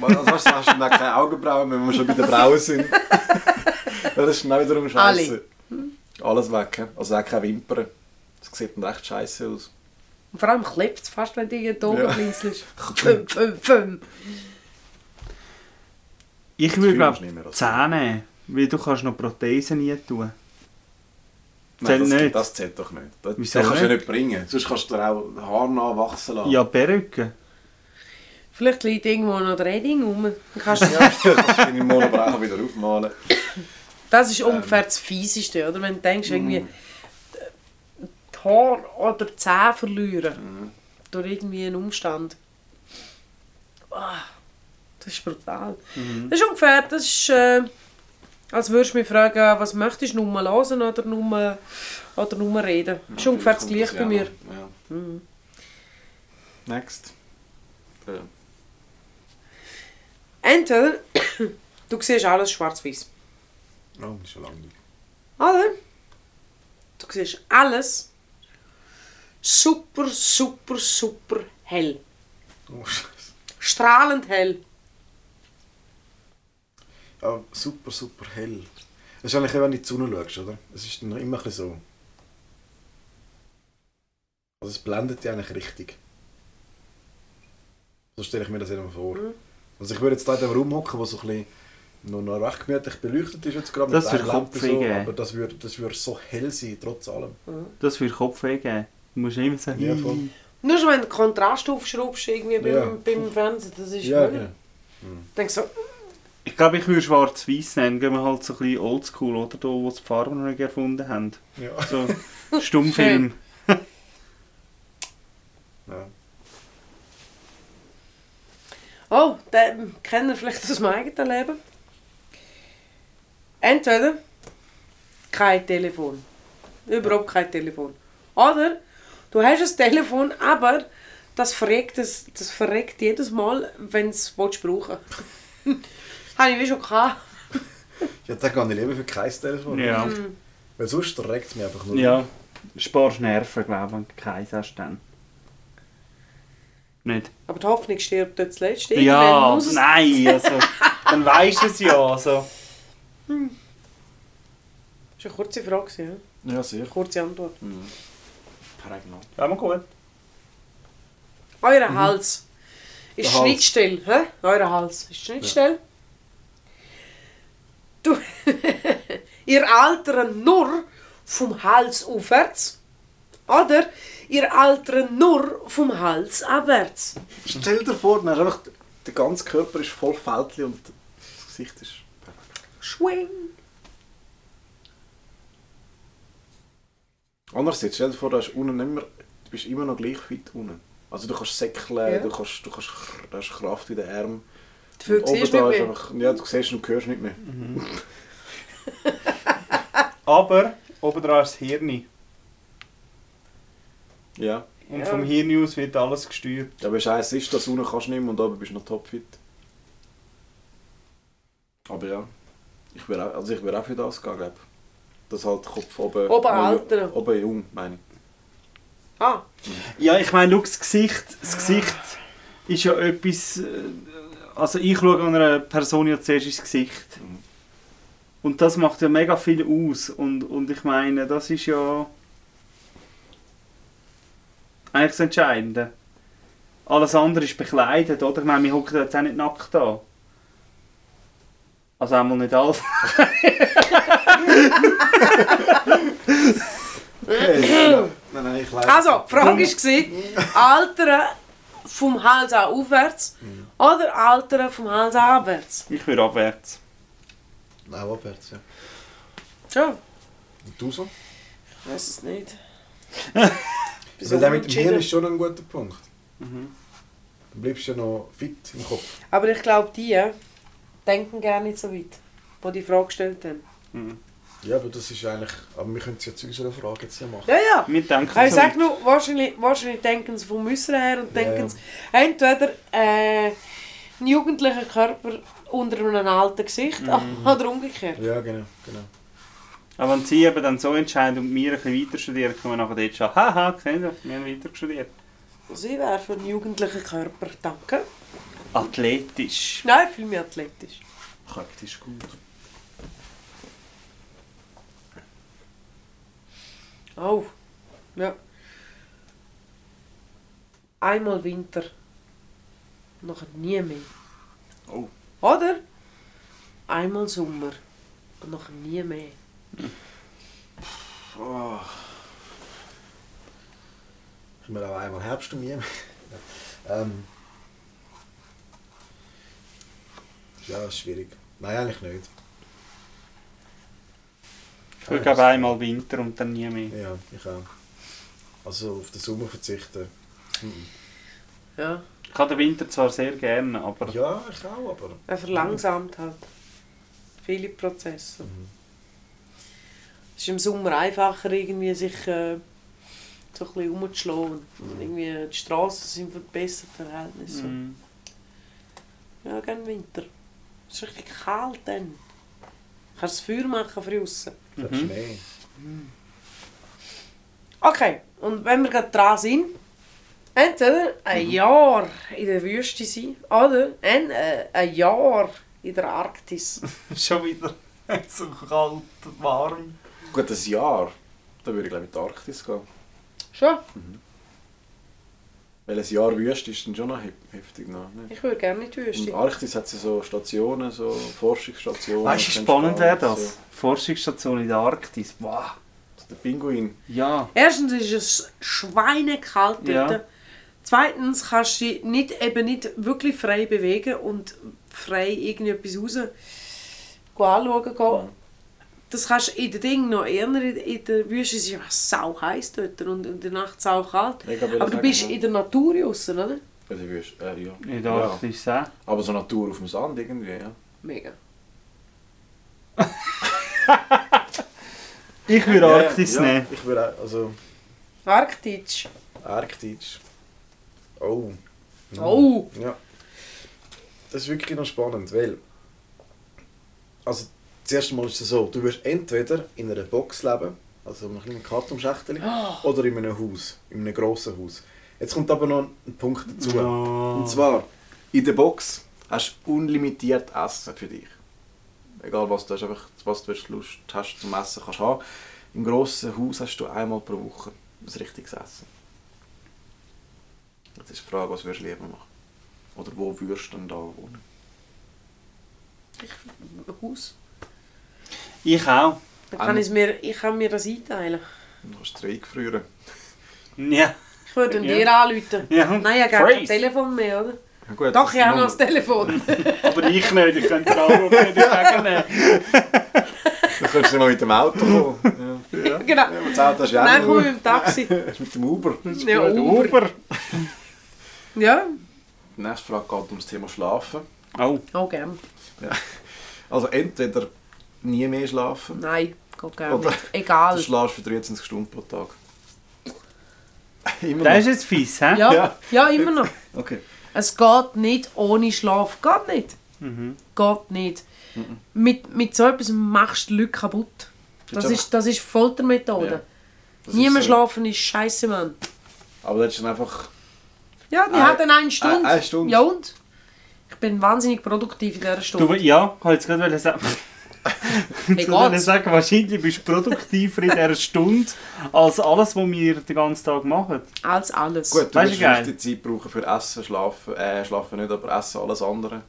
Was hast du hast du dann keine Augenbrauen, wenn wir schon bei den
(laughs)
Brauen sind? das ist dann auch wiederum scheiße. Mhm. Alles weg. he? Also auch keine Wimpern. Das sieht dann recht scheiße aus.
Und vor allem klebt es fast, wenn du irgendwo oben
Ja.
blinzelst. Füm, füm, füm.
Ich würde
Gefühl
glaube
ist nicht mehr, also.
Zähne, weil du kannst noch Prothesen nie tun. Zählt
Nein, das,
nicht.
das zählt doch nicht. Das,
Wieso
den kannst du ja
nicht?
nicht bringen. Sonst kannst du dir auch Haarnah wachsen lassen. (laughs)
Ja, Perücke.
Vielleicht liegt irgendwo noch der Redding rum. Dann Kannst du
Du kannst deine Monobrauen wieder aufmalen.
Das ist ungefähr das Fieseste, oder? Wenn du denkst, irgendwie äh, die Haare oder die Zähne verlieren durch irgendwie einen Umstand. Ah, das ist brutal. Das ist ungefähr, das ist, äh, als würdest du mich fragen, was möchtest du, nur hören oder nur, oder nur reden. Das ist ungefähr das
Natürlich
Gleiche bei
kommt
mir. Mhm.
das ja noch, Ja. Next. Äh,
Entweder (coughs) du siehst alles schwarz-weiß.
Oh, das ist schon langweilig.
Oder? Du siehst alles super, super, super hell.
Oh, Scheiße.
Strahlend hell.
Ja, Ah, super, super hell. Das ist eigentlich, wenn du in die Sonne schaust, oder? Es ist dann immer ein bisschen so. Also es blendet dich eigentlich richtig. So stelle ich mir das immer vor. Also ich würde jetzt da in dem Raum hocken, wo so ein bisschen noch, noch recht gemütlich beleuchtet ist jetzt gerade
Das
einer
würde
Lampe
Kopfweh
so,
geben.
aber das würde, das würde so hell sein, trotz allem.
Das würde Kopfweh geben. Du musst immer sagen,
Ja, voll.
Nur schon wenn du den Kontrast aufschraubst irgendwie beim,
Ja.
beim Fernsehen, das ist
Ja,
möglich.
genau.
Denkst so,
Ich glaube, ich würde schwarz-weiß nehmen. Gehen wir halt so ein bisschen oldschool, oder? Da, wo die Farben noch nicht erfunden haben.
genau. Ja.
(laughs)
So Stummfilm.
Ja.
oh, den kennen wir vielleicht aus meinem eigenen Leben. Entweder kein Telefon. Überhaupt kein Telefon. Oder du hast ein Telefon, aber das verreckt, das, das verreckt jedes Mal, wenn du es brauchen (laughs) willst. Habe ich wie schon gehabt.
ja, da kann ich lieber für kein Telefon.
Ja.
Weil sonst regt es mich einfach nur.
ja. Sparst Nerven, glaube ich, wenn du keins hast dann. Nicht?
Aber die Hoffnung stirbt dort zuletzt. Irgendwann
Ja,
muss es-
nein, also, dann weisst du es ja. Also.
Das war eine kurze Frage, gewesen, ja?
Ja, sehr.
eine kurze Antwort.
Prägnant.
Wäre mal gut.
Euer
Mhm.
Hals ist
Der Hals.
Schnittstelle. Hä? Euer Hals ist Schnittstelle. Du, (laughs) ihr altert nur vom Hals aufwärts oder ihr altert nur vom Hals abwärts.
Stell dir vor, dann hast du einfach, der ganze Körper ist voll Fältchen und das Gesicht ist perfekt.
Schwing.
Andererseits, stell dir vor, du, hast unten immer, du bist immer noch gleich weit unten. Also du kannst säckeln,
Ja.
du, kannst, du, kannst, kr- du hast Kraft in den Armen.
Dafür
Und
siehst
oben
du
da
nicht
ist
mehr.
einfach- Ja, du siehst und hörst nicht mehr.
Mhm.
Aber obendrauf ist das Hirn.
Ja.
Und
Ja.
vom Hirn aus wird alles gesteuert.
Ja, Aber scheiße ist, dass unten kannst du nicht mehr und oben bist du noch topfit. Aber ja, ich wäre auch, also ich wär auch für das gehen, glaube ich. Dass halt Kopf oben...
Oben
mal-
altern.
Oben jung, meine ich.
Ah,
Ja, ich meine, schau, das Gesicht, das Gesicht ist ja etwas. äh, Also, ich schaue einer Person ja zuerst ins Gesicht. Und das macht ja mega viel aus. Und, und ich meine, das ist ja. eigentlich das Entscheidende. Alles andere ist bekleidet, oder? Ich meine, wir hocken jetzt auch nicht nackt an. Also, einmal nicht alles.
Nein,
(clears throat)
nein, ich leider.
Äh,
also, die Frage war, altern vom Hals an aufwärts
Mhm.
oder altern vom Hals an abwärts.
(laughs) Ich würde abwärts.
Nein, abwärts, ja.
Ja,
Und du so?
ich weiß es nicht.
Also der mit dem Hirn ist schon ein guter Punkt.
Mhm.
Dann bleibst du ja noch fit im Kopf.
Aber ich glaube, die denken gerne nicht so weit, die die Frage gestellt haben.
Ja, aber das ist eigentlich... Aber wir können es ja zu unserer Frage jetzt ja machen.
Ja, ja. Also
Wir denken
Ich
so
sage
weit.
nur, wahrscheinlich, wahrscheinlich denken sie vom Äußeren her und
Ja,
denken sie, entweder äh, ein jugendlicher Körper unter einem alten Gesicht (laughs) oder umgekehrt.
Ja, genau, genau.
Aber wenn sie eben dann so entscheiden und wir ein bisschen weiter studieren, können wir nachher dort schon, haha, kennen wir, wir haben weiter studiert.
Sie wäre für einen jugendlichen Körper, danke.
Athletisch.
Nein, viel mehr athletisch.
Praktisch gut.
Oh, ja. Einmal Winter. Noch nie mehr.
Oh.
Oder einmal Sommer. Und noch nie mehr.
Oh,
Können wir auch einmal Herbst und mir. (laughs) ähm, ja, ist schwierig. Nein, eigentlich nicht.
Ich würde glaube einmal Winter und dann nie mehr.
Ja, ich auch. Also auf den Sommer verzichten.
Ja,
Ich habe den Winter zwar sehr gerne, aber
Ja, ich auch, aber...
er verlangsamt halt viele Prozesse. Es ist im Sommer einfacher, irgendwie sich äh, so ein bisschen
Mm-hmm.
rumzuschlagen. Irgendwie die Straßen sind verbessert, Verhältnisse.
mm,
Ja, gerne Winter. Es ist richtig kalt dann. Kannst das Feuer machen von außen.
Das
Mhm.
ist Schnee.
Okay, und wenn wir gerade dran sind, entweder ein Jahr in der Wüste sein oder ein, äh, ein Jahr in der Arktis.
(laughs) Schon wieder so kalt, warm.
Gut, ein Jahr. Dann würde ich glaube ich in die Arktis gehen.
Schon?
Weil ein Jahr Wüste ist dann schon noch he- heftig. Noch, ne?
Ich würde gerne in die
Und
Wüste.
Arktis hat sie so Stationen, so Forschungsstationen.
Weißt du, wie
Kennst
spannend wäre
alles,
das? Forschungsstation in der Arktis. Wow.
So. Der Pinguin.
Ja.
Erstens ist es schweinekalt dort.
Ja.
Zweitens kannst du dich nicht, eben nicht wirklich frei bewegen und frei irgendetwas raus gehen anschauen gehen. Das kannst du in den Ding noch eher in, in der Wüste es ist ja sau heiß dort und in der Nacht sau kalt.
Ich glaube,
Aber du
das
bist
sagen, ja.
in der Natur draussen, oder?
Bei der Wüste. Äh, ja.
In der
ja.
Arktis auch.
Aber so Natur auf dem Sand irgendwie, ja.
Mega.
Ich würde
Ja,
Arktis
ja,
nehmen.
Ich würde auch, also
Arktis.
Arktis. Oh.
Oh!
Ja. Das ist wirklich noch spannend, weil. Also, das erste Mal ist es so: Du wirst entweder in einer Box leben, also in einem kleinen Kartonschächtel, oder in einem Haus, in einem grossen Haus. Jetzt kommt aber noch ein Punkt dazu.
Ja.
Und zwar,
In der Box hast du unlimitiert Essen für dich. Egal was du hast, einfach was du willst, Lust hast zum Essen kannst du haben. Im grossen Haus hast du einmal pro Woche ein richtiges Essen. Jetzt ist die Frage, was würdest du lieber machen? Oder wo würdest du denn da wohnen?
Haus.
Ich auch.
Dann
Ähm.
kann ich's mir, ich kann mir das einteilen.
Du kannst du einfrieren.
Ja.
Ich würde ihn
Ja.
dir anrufen.
Ja.
Nein, ich habe gar kein
Freeze.
Telefon mehr, oder?
Ja, gut,
Doch, ich habe noch
das
das Telefon.
Aber ich nicht, ich könnte auch nicht entgegennehmen.
Du könntest ja noch mit dem
(laughs)
Auto kommen. Ja.
Ja, genau.
Ja, Das Auto hast du ja
Nein,
auch
komm
noch.
mit dem Taxi.
(laughs) Das ist mit dem Uber.
Ja, Uber.
Uber.
Ja,
Die nächste Frage geht ums Thema Schlafen.
Oh,
auch gern.
Also entweder nie mehr schlafen.
Nein, geht gern.
Oder-
nicht.
Du
Egal.
schläfst für 23 Stunden pro Tag. (laughs) Immer
das ist jetzt fies, hä?
Ja,
Ja.
ja, immer noch.
Okay.
Es geht nicht ohne Schlaf. Geht nicht.
Mhm.
Geht nicht. Mit, mit so etwas machst du die Leute kaputt. Das
einfach-
ist, das ist Foltermethode.
Das
Niemand
ist so.
schlafen ist scheiße, Mann.
Aber das ist dann einfach...
Ja, die
Ein-
hatten eine Stunde.
eine Stunde.
Ja und? Ich bin wahnsinnig produktiv in dieser Stunde.
Du, ja, ich wollte jetzt
(laughs)
gerade sagen, ich wollte
geht's?
sagen, wahrscheinlich bist du produktiver in dieser Stunde als alles, was wir den ganzen Tag machen.
Als alles.
Gut, du
Weißt
wirst
du, geil.
die Zeit brauchen für Essen, Schlafen... Äh, Schlafen nicht, aber Essen, alles andere.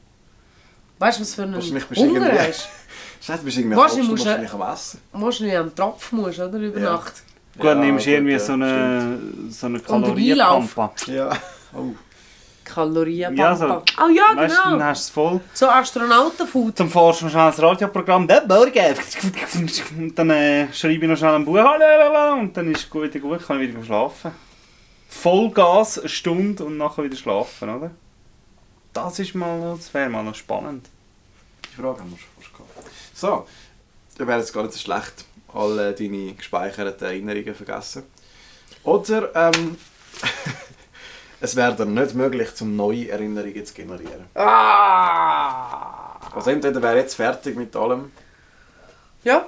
Weißt du, was für ein
Wahrscheinlich bist du
Hunger
irgendwie-
hast?
(laughs) Scheiße, du bist irgendwie
Wahrscheinlich
am
musst du-
wahrscheinlich am Essen.
Musst du nicht am Tropf, musst, oder? Über
Ja.
Nacht.
Gut, nimmst du irgendwie so eine, so eine Kalorienpampa.
Ja. Oh.
Kalorien.
Ja, so-
oh ja,
Weißt du, dann
genau.
hast du es voll.
So Astronautenfood.
Zum Forschen schnell das Radioprogramm, der Morgen. Und dann äh, schreibe ich noch schnell ein Buch. Lalalala. Und dann ist gut, gut, kann ich wieder schlafen. Vollgas, eine Stunde und nachher wieder schlafen, oder? Das ist mal, das wäre mal noch spannend.
Die Frage haben wir schon fast gehabt. So. Dann wäre es gar nicht so schlecht, alle deine gespeicherten Erinnerungen vergessen. Oder, ähm... (laughs) es wäre dann nicht möglich, um neue Erinnerungen zu generieren.
Ah!
Also entweder wäre jetzt fertig mit allem...
Ja,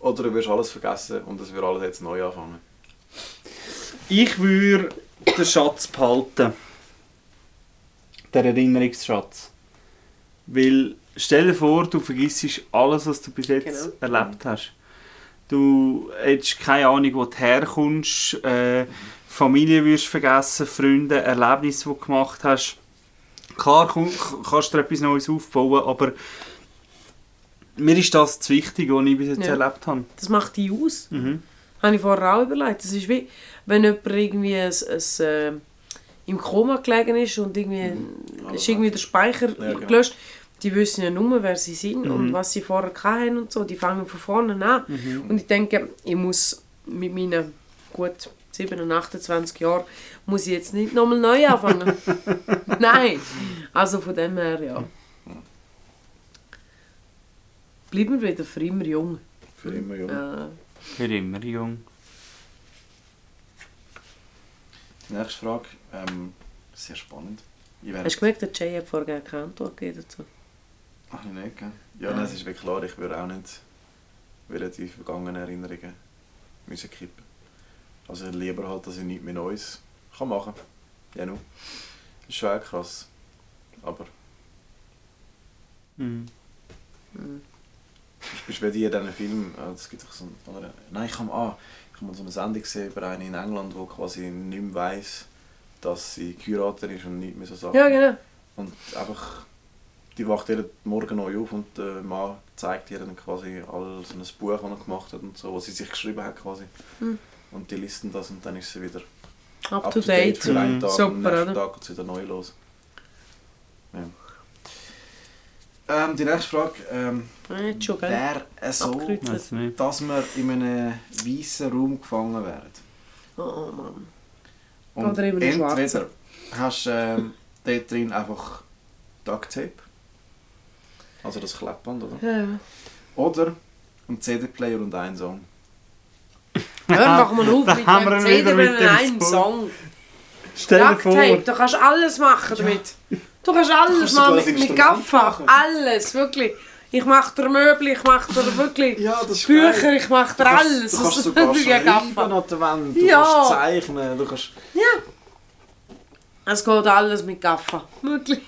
Oder du wirst alles vergessen und es wird alles jetzt neu anfangen.
Mhm.
Ich würde den Schatz behalten. Den Erinnerungsschatz. Weil, stell dir vor, du vergisst alles, was du bis jetzt erlebt hast. Du hättest keine Ahnung, wo du herkommst, äh, Familie wirst vergessen, Freunde, Erlebnisse, die du gemacht hast. Klar komm, kannst du dir etwas Neues aufbauen, aber mir ist das das Wichtige, was ich bis jetzt
Ja.
erlebt habe.
das macht die aus.
Mhm.
Habe ich vorher auch überlegt. Das ist wie, wenn jemand irgendwie ein, ein, äh, im Koma gelegen ist und irgendwie, ist irgendwie der Speicher
Mhm. Ja, genau. Mhm.
gelöscht. Die wissen ja nur, wer sie sind und was sie vorher hatten und so. Die fangen von vorne an.
Mhm.
Und ich denke, ich muss mit meinen gut 27, 28 Jahren, muss ich jetzt nicht nochmal neu
(laughs)
anfangen. Nein. Also von dem her, ja. Bleiben wir wieder für immer jung.
Für immer, ja.
Äh,
Für immer jung.
Nächste Frage. Ähm, sehr spannend. Ich wäre...
Hast du gemerkt, der Jay hat vorher keine Antwort gegeben dazu?
Ach, ich nicht, gell? Ähm. Ja, nein, es ist wirklich klar, ich würde auch nicht würde die vergangenen Erinnerungen müssen kippen. Also lieber halt, dass ich nichts mehr Neues kann machen kann. Ja, nu. Ist schon auch krass. Aber
Mhm.
Ich bin bei dir diesen Film, äh, es gibt doch so einen anderen. Nein, ich habe ah, ich habe mal so eine Sendung gesehen über eine in England, die quasi nicht mehr weiss, dass sie geheiratet ist und nicht mehr so Sachen.
Ja, genau.
Und einfach, die wacht jeden Morgen neu auf und äh, der Mann zeigt ihr dann quasi all so ein Buch, das er gemacht hat und so, was sie sich geschrieben hat quasi.
Mhm.
Und die listen das und dann ist sie wieder
Up to date.
für einen Tag
Super,
und am nächsten
oder?
Tag geht es wieder neu los. Ja. Ähm, die nächste Frage. Ähm,
Äh, schon, gell?
Wäre es so,
Abgekreuzt.
Weiß nicht.
dass wir in einem weißen Raum gefangen werden?
Oh, oh Mann.
Und
Oder in einem
entweder hast du ähm, dort drin einfach Duct Tape, also das Kleppband, oder?
Ja, ja.
Oder einen CD-Player und einen Song.
Hör, machen wir auf
Da
mit dem
haben wir ihn
CD
wieder mit
mit
dem
einem
Spoon.
Song.
Stell dir
Ducktape,
vor,
du kannst alles machen damit. Du kannst alles
sogar
machen
das
mit, mit
Instrument
Gaffa. Alles, wirklich. Ich mache dir Möbel, ich mache dir wirklich
Ja, das ist
Bücher, ich mache dir alles.
Du
(laughs)
kannst
Das
sogar
ist ja
schreiben
Gaffa.
an der Wand, du
Ja.
kannst zeichnen, du kannst...
Es geht alles mit Gaffa. Wirklich.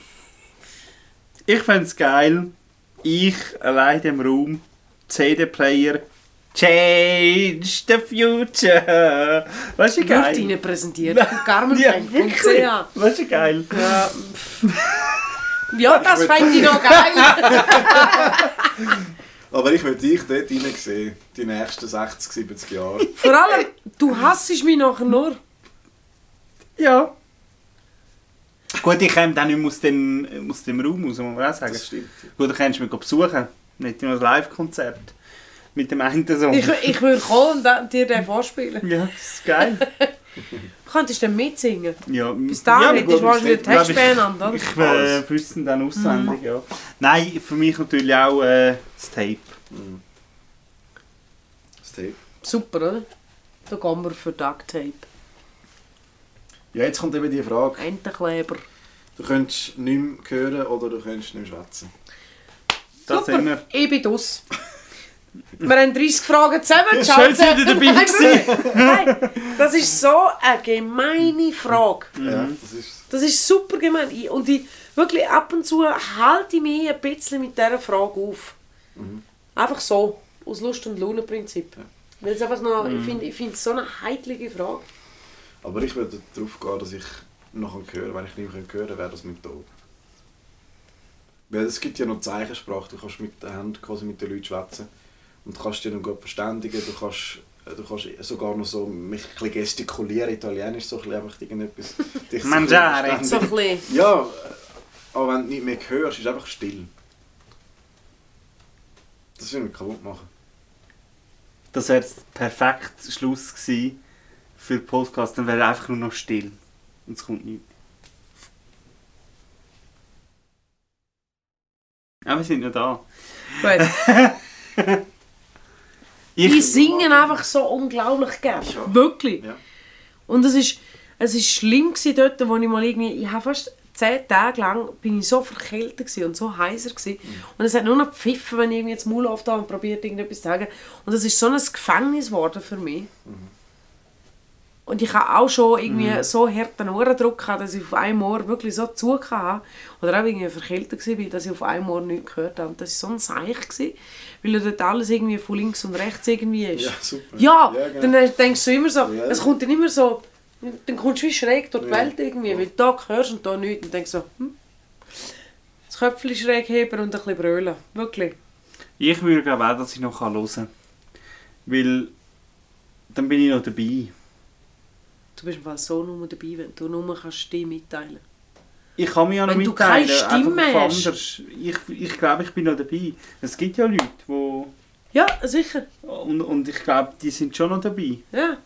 ich fände es geil, ich allein im Raum, CD-Player, Change the Future. Weißt du, wie
Wird
geil?
Ihnen präsentiert von Carmen
Ja,
Frank.ch.
wirklich.
Ja,
Weißt du, wie geil?
ja, das fände ich noch
(laughs)
geil.
Aber ich würde dich dort rein sehen, die nächsten 60, 70 Jahre.
Vor allem, du hassest mich nachher nur.
Ja. Gut, ich komme dann nicht mehr aus dem, aus dem Raum raus, muss man auch sagen.
Das stimmt.
Gut, dann kannst du mich besuchen. Nicht nur ein Live-Konzert. Mit dem einen Song.
Ich, ich würde kommen und dann dir den vorspielen.
ja, das ist geil.
Du könntest dann mitsingen.
Ja,
Bis dahin
aber
hättest du
gut,
wahrscheinlich
ich-
Text beieinander. oder? Mhm.
Ich äh, wüsste dann auswendig, ja. Nein, für mich natürlich auch äh, das Tape.
Das Tape.
Super, oder? Da gehen wir für Ducktape.
Ja, jetzt kommt eben die Frage.
Entenkleber.
Du könntest nicht mehr hören oder du könntest nicht mehr schwätzen.
Das
Super,
sind wir.
ich bin aus. Wir haben 30 Fragen zusammen
Schön, dass ihr dabei gewesen.
Nein, das ist so eine gemeine Frage.
Ja, das ist
Das ist super gemein. Ich- Und ich, wirklich ab und zu halte ich mich ein bisschen mit dieser Frage auf.
Mhm.
Einfach so, aus Lust- und Laune-Prinzip. Weil es einfach noch, ich finde ich finde es so eine heiklige Frage.
Aber ich würde darauf gehen, dass ich noch hören kann. Wenn ich nicht mehr hören kann, wäre das mein Tod. Weil es gibt ja noch Zeichensprache. Du kannst mit den Händen quasi mit den Leuten schwätzen. Und du kannst dich dann gut verständigen. Du kannst, äh, du kannst sogar noch so mich ein bisschen gestikulieren. Italienisch so ein bisschen einfach irgendetwas. dich so ein bisschen
Mangiare.
verständigen.
So ein
(laughs)
bisschen.
Ja, äh, aber wenn du nicht mehr hörst, ist einfach still. Das würde mich kaputt machen.
Das wäre jetzt perfekt Schluss gewesen für den Podcast. Dann wäre er einfach nur noch still. Und es kommt nichts. Aber wir sind noch da.
Gut. Die
Ich,
singen einfach so unglaublich gern.
Ja.
Wirklich.
Ja.
Und es ist, es ist schlimm gewesen dort, wo ich mal irgendwie, ich habe fast zehn Tage lang bin ich so verkältet gewesen und so heiser gewesen.
Mhm.
Und es hat nur noch gepfiffen, wenn ich irgendwie das Maul aufgetan und probiert irgendetwas zu sagen. Und das ist so ein Gefängnis geworden für mich. Und ich habe auch schon irgendwie
Mhm.
so harten Ohrendruck gehabt, dass ich auf einem Ohr wirklich so zu hatte. Oder auch irgendwie verkältet war, dass ich auf einem Ohr nichts gehört habe. Und das war so ein Seich, gewesen, weil ja dort alles irgendwie von links und rechts irgendwie ist.
Ja, (laughs) super.
Ja,
Ja, genau.
dann denkst du immer so,
Ja.
es kommt dann immer so, dann kommst du wie schräg durch die
Ja.
Welt irgendwie, weil du da hörst und da nichts und denkst so, hm, das Köpfchen schräg heben und ein bisschen brüllen, wirklich.
ich würde glaube auch, dass ich noch hören kann. Weil dann bin ich noch dabei.
Du bist im Fall so nur dabei, wenn du nur kannst die mitteilen.
Ich kann mich ja noch
Wenn du
mitteilen,
keine Stimme
einfach auf
hast.
anders. Ich, ich glaube, ich bin noch dabei. Es gibt ja Leute, die...
Ja, sicher,
Und, und ich glaube, die sind schon noch dabei.
ja.
Und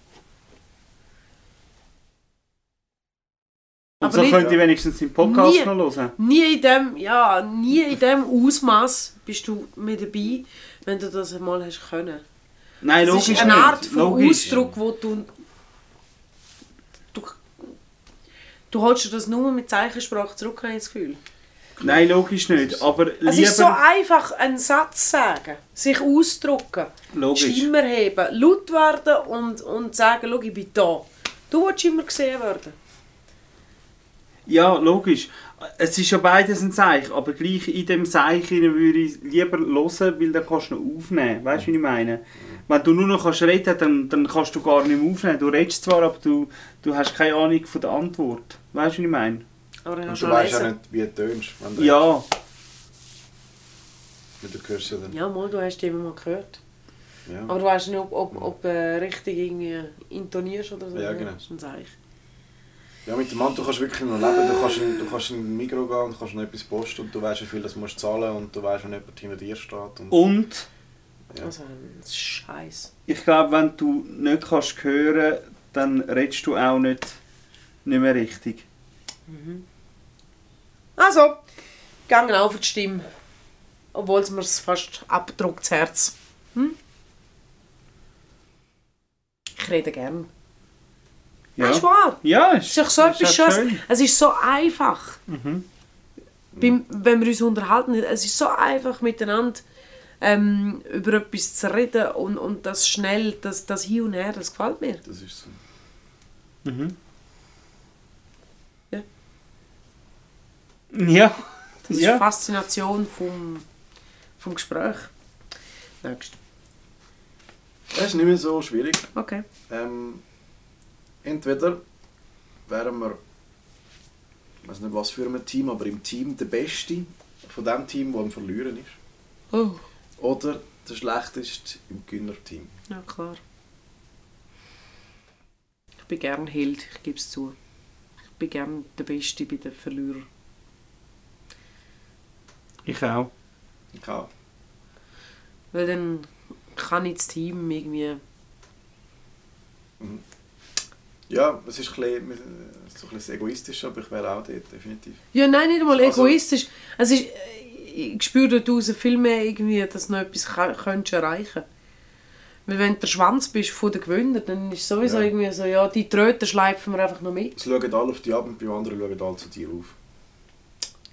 Aber
so
nicht-
könnt ihr wenigstens den Podcast
Nie.
noch hören.
Nie in dem, ja, nie in dem Ausmaß bist du mit dabei, wenn du das einmal hast können.
Nein,
Es
logisch
ist eine
nicht.
Art von
logisch.
Ausdruck, wo du, du Du holst dir das nur mit Zeichensprache zurück, habe ich das Gefühl.
Nein, logisch nicht. Aber lieber...
Es ist so einfach, einen Satz sagen, sich ausdrücken,
Logisch.
Stimme heben, laut werden und, und sagen, schau, ich bin da. Du willst immer gesehen werden.
Ja, logisch. Es ist ja beides ein Zeichen, aber gleich in dem Zeichen würde ich lieber hören, weil dann kannst du noch aufnehmen. Weißt du, wie ich meine? Wenn du nur noch kannst reden dann, dann kannst du gar nicht mehr aufnehmen. Du redest zwar, aber du, du hast keine Ahnung von der Antwort. Weißt du, wie ich meine?
Aber ich kann
Und du
schon
weißt auch
lesen.
nicht, wie du tönst. Wenn du
Ja,
redest. Du hörst ja dann.
Ja, mal, du hast die immer mal gehört.
Ja.
Aber du weißt nicht, ob, ob, ob äh, richtig irgendwie intonierst oder so. ne?
Ja, genau.
Das ist ein Zeichen.
Ja, mit dem Mann, du kannst wirklich noch leben. Du kannst, in, du kannst in ein Mikro gehen und kannst noch etwas posten und du weißt, wie viel das musst zahlen und du weißt, wenn jemand hinter dir steht. Und
und
Ja.
Also, ein Scheiß.
ich glaube, wenn du nicht kannst hören dann redest du auch nicht, nicht mehr richtig.
Also, gegangen auf die Stimme. Obwohl es mir fast abdruckt, das Herz. Hm? Ich rede gern.
Ja,
Das ist wahr.
ja Mhm. es
Es ist doch so
es
etwas
ist auch
Schönes. Es ist so einfach. Beim, wenn wir uns unterhalten, es ist so einfach miteinander ähm, über etwas zu reden und, und das schnell, das, das hier und her, das gefällt mir.
das ist so.
Ja,
Das ist
Ja.
die Faszination vom, vom Gespräch. Nächst.
Das ist nicht mehr so schwierig.
Okay.
Ähm, entweder wären wir, ich weiß nicht was für ein Team, aber im Team der Beste von dem Team, der am Verlieren ist.
Oh,
Oder der Schlechteste im Gewinnerteam.
ja klar. Ich bin gern Held, ich gebe es zu. Ich bin gern der Beste bei den Verlierern.
ich auch.
Ich auch.
Weil dann kann ich das Team irgendwie
Ja, es ist, ein bisschen, es ist so ein bisschen egoistisch, aber ich wäre auch dort, definitiv.
Ja, nein, nicht einmal
Also-
egoistisch. Also ich, ich spüre daraus viel mehr irgendwie, dass du noch etwas ka- könntest erreichen Weil wenn du der Schwanz bist von den Gewinner, dann ist sowieso
Ja.
irgendwie so, ja, die Tröte schleifen wir einfach noch mit.
Es schauen alle auf dich ab und beim anderen schauen alle zu dir auf.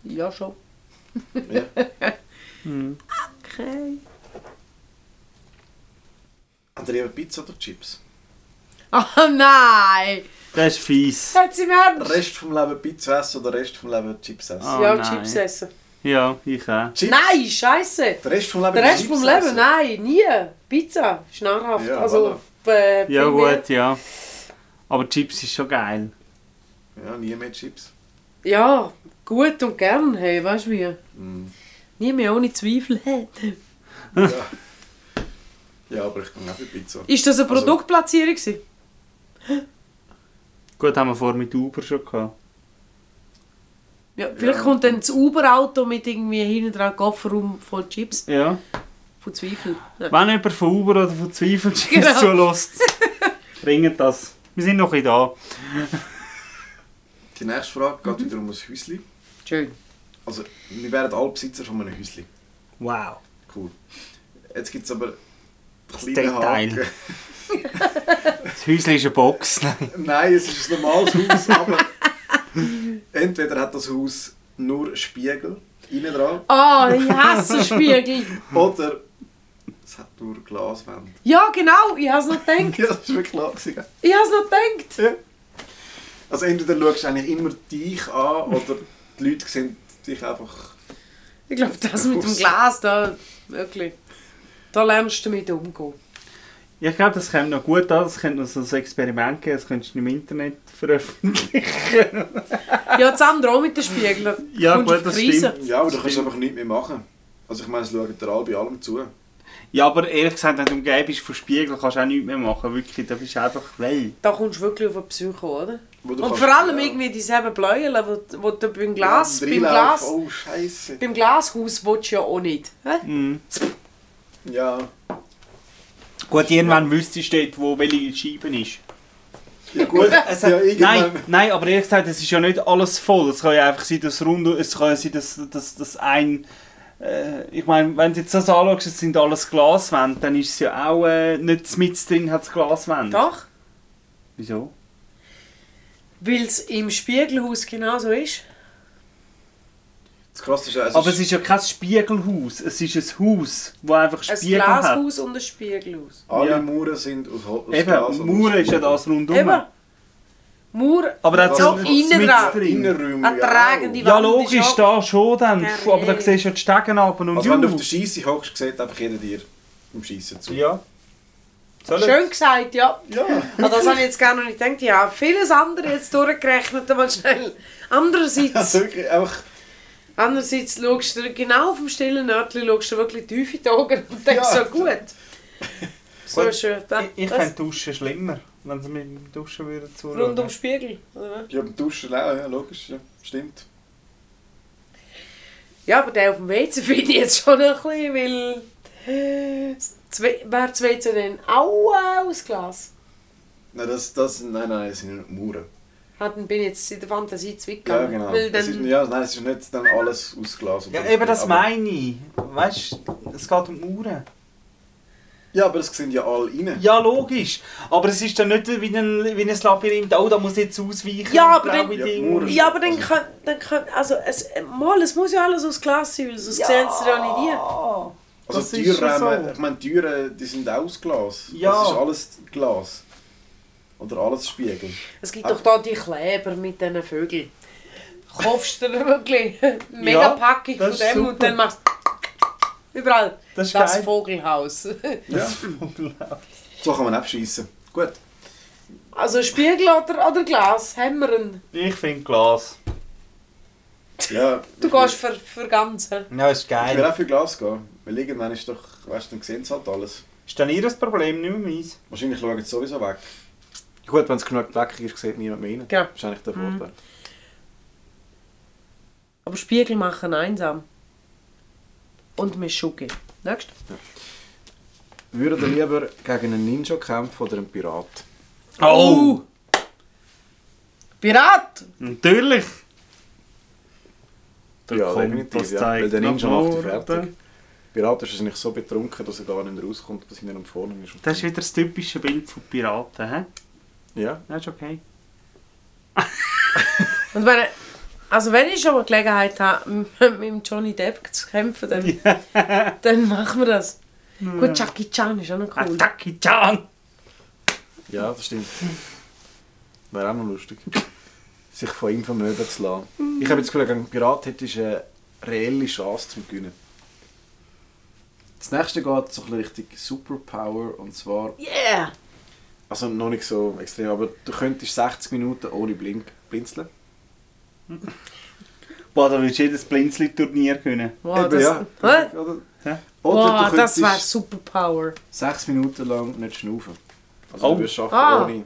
Ja, schon.
Ja.
(laughs) Okay.
Habt ihr lieber Pizza oder Chips?
Oh nein!
Das ist fies.
Hat sie im Ernst?
Rest vom Leben Pizza essen oder Rest vom Leben Chips essen?
Ah.
ja,
nein.
Chips essen.
Ja, ich auch.
Chips?
Nein, scheiße!
Der Rest vom Leben
Der Rest
Chips
vom Leben,
essen?
nein, nie. Pizza, schnarrhaft.
Ja,
also, äh, viel
Ja
mehr.
gut, ja. Aber Chips ist schon geil.
Ja, nie mehr Chips.
Ja, gut und gern, hey, weißt du wie?
Mm.
Nie mehr ohne Zweifel. (laughs)
Ja, aber ich kann auch für Pizza.
Ist das eine
Also-
Produktplatzierung? gewesen?
Gut, haben wir vorher mit Uber schon gehabt.
Ja, vielleicht
Ja.
kommt dann das Uber-Auto mit irgendwie hinten dran Kofferraum voll Chips,
Ja.
von Zweifel. Ja.
Wenn jemand von Uber oder von Zweifel
Genau.
genau. zulässt, bringt das. Wir sind noch ein bisschen da.
Die nächste Frage geht wieder um ein Häusli.
Schön.
Also, wir wären alle Besitzer von einem Häusli.
Wow.
Cool. Jetzt gibt es aber
Das
kleine
Detail.
Haken. (laughs)
Das Häuschen ist eine (laughs) Box. Nein.
Nein, es ist ein normales Haus,
(laughs)
aber entweder hat das Haus nur Spiegel innen dran
Ah, ich hasse Spiegel.
oder es hat nur Glaswände. (laughs)
Ja, genau, ich habe es noch gedacht.
Ja, das war wirklich klar. gewesen, gell?
Ich habe es noch gedacht.
Ja. Also entweder schaust du eigentlich immer dich an oder die Leute sehen dich einfach...
Ich glaube, das mit dem Glas da, wirklich. Da lernst du damit umgehen.
Ich glaube, das kommt noch gut an. Das könnte noch so ein Experiment geben. Das könntest du im Internet veröffentlichen.
Ja, das andere auch mit den Spiegeln.
Ja,
Kommst
gut,
auf
das
Krise.
stimmt.
Ja, aber du kannst einfach nichts mehr machen. Also ich meine, es schauen dir alle bei allem zu.
Ja, aber ehrlich gesagt, wenn du umgeben bist von Spiegel, kannst du auch nichts mehr machen. Wirklich, da bist du einfach well.
Da kommst du wirklich auf eine Psycho, oder?
Wo du
Und
kannst-
vor allem
ja.
irgendwie dieselben Bläuel, wo, wo du beim Glas, beim
Reinlauf,
Glas,
Oh, scheiße.
beim Glashaus willst du ja auch nicht. hä?
Hm.
Ja.
Gut, irgendwann wüsstest du dort, wo welche Scheibe ist.
(laughs)
Ja gut,
(laughs) Es
Also,
ja,
hat,
irgendwann...
nein, nein, aber ehrlich gesagt, es ist ja nicht alles voll. Es kann ja einfach sein, dass rund, es kann ja sein, dass, dass, dass ein. Äh, ich meine, wenn du jetzt das anschaust, es sind alles Glaswände, dann ist es ja auch äh, nicht mit drin, hat es Glaswände.
Doch.
Wieso?
Weil es im Spiegelhaus genauso ist.
Das Krasse ist, also
Aber es ist ja kein Spiegelhaus, es ist ein Haus, wo einfach
Ein
Spiegel hat.
Glashaus und ein Spiegelhaus.
alle
ja.
Mauern sind aus, Hol- aus Glas
Eben,
und
Mauer
aus-
ist ja das rundum.
Eben. Mauer,
Aber da hat
Doch, innen dran.
drin.
Innenräume,
eine tragende
Ja,
Wand ist
logisch,
auch-
da schon dann.
Ja,
Puh, Aber da
je.
siehst du ja die Stegen ab und
Also wenn du auf
also,
der Scheisse hockst, sieht einfach jeder dir im Scheissen zu.
Ja. Soll
Schön gesagt,
(laughs)
ja.
Ja.
An das habe ich jetzt gar noch nicht gedacht. Ja, vieles andere jetzt durchgerechnet, aber schnell.
(laughs)
Das
Andererseits,
ist wirklich einfach...
andererseits schaust du genau auf dem stillen Örtchen, schaust du wirklich tief in die Augen und denkst
Ja.
so
(laughs)
gut. So
Gut,
schön. Da,
Ich, ich
das-
fände Duschen schlimmer, wenn sie mit dem Duschen würden zuschauen.
Rund um Spiegel. Oder? was?
Ja, beim Duschen auch, ja, logisch, ja, stimmt.
Ja, aber der auf dem WC finde ich jetzt schon ein bisschen, weil. äh, das W- Wäre das WC denn auch äh, aus Glas?
Nein, das, das, nein, nein, das sind Mauern.
Ah, Dann bin ich jetzt in der Fantasie
Ja,
zurückgegangen.
genau.
Weil
Das ist,
dann,
ja, nein, es ist nicht dann alles aus Glas.
Ja, eben das
aber-
meine ich. Weißt du, es geht um Uhren.
Ja, aber das sind ja alle rein.
Ja, logisch. Aber es ist dann nicht wie ein, wie ein Labyrinth, oh, da muss ich jetzt ausweichen.
Ja,
und
aber dann-
blaue
Ja,
Dinge.
Uhren.
ja, aber dann kann, dann kann also es, äh, mal, es muss ja alles aus Glas sein, weil sonst sehen sie ja nicht hier.
Ah, das
also die
ist schon
Türrahmen,
so.
ich meine, die Türen, die sind auch aus Glas.
Ja.
Das ist alles Glas. Oder alles Spiegel.
Es gibt doch da die Kleber mit diesen Vögeln. Kaufst du dir
(laughs)
wirklich eine mega
Ja,
Packung von
das
dem
ist
und
super.
dann machst du überall
Das ist
das
geil.
Vogelhaus. (laughs)
Ja. so kann man abschießen. Gut.
Also Spiegel oder, oder Glas, haben wir einen.
Ich finde Glas.
Ja,
Du
ich
gehst für, für ganz. hä?
Ja, ist
will- Ich will
geil.
auch für Glas gehen. Weil irgendwann ist doch, weißt du, dann sehen sie halt alles.
Ist dann ihr das Problem, nicht mehr meins.
Wahrscheinlich schauen sie sowieso weg.
Gut, wenn es genug dreckig ist, sieht niemand mehr rein.
Genau.
Das ist eigentlich der Vorteil.
Aber Spiegel machen einsam. Und mit Schucke. Nächst.
Würdet ihr lieber gegen einen Ninja kämpfen oder einen Pirat?
Oh! Pirat!
Natürlich! Der
Ja,
kommt,
definitiv,
das
ja.
zeigt
Weil der Ninja
nach
macht dich
vorne.
fertig. Pirat ist wahrscheinlich so betrunken, dass er gar nicht mehr rauskommt, dass er am vorne ist.
Das ist wieder das typische Bild von Piraten, hä?
Ja,
Das ist okay.
Und wenn, also wenn ich schon mal Gelegenheit habe, (laughs) mit dem Johnny Depp zu kämpfen, dann,
(laughs)
dann machen wir das. Gut, Jackie Chan ist auch noch cool.
Ah,
Attacke Chan!
ja das stimmt. Wäre auch noch lustig. Sich von ihm vermögen zu lassen. Ich habe jetzt gehört, gegen einen Pirat hättest du eine reelle Chance zum Gewinnen.
Das nächste geht so ein bisschen richtig Superpower und zwar,
Yeah!
also noch nicht so extrem, aber du könntest 60 Minuten ohne Blink blinzeln.
Boah, da willst du jedes Blinzli-Turnier können.
Wow,
Eben,
das,
ja.
Hä?
Oder,
Ja.
wow,
du
das wäre
könntest
Superpower.
6 Minuten lang nicht schnaufen. Also
Oh.
du wirst schaffen
Ah.
ohne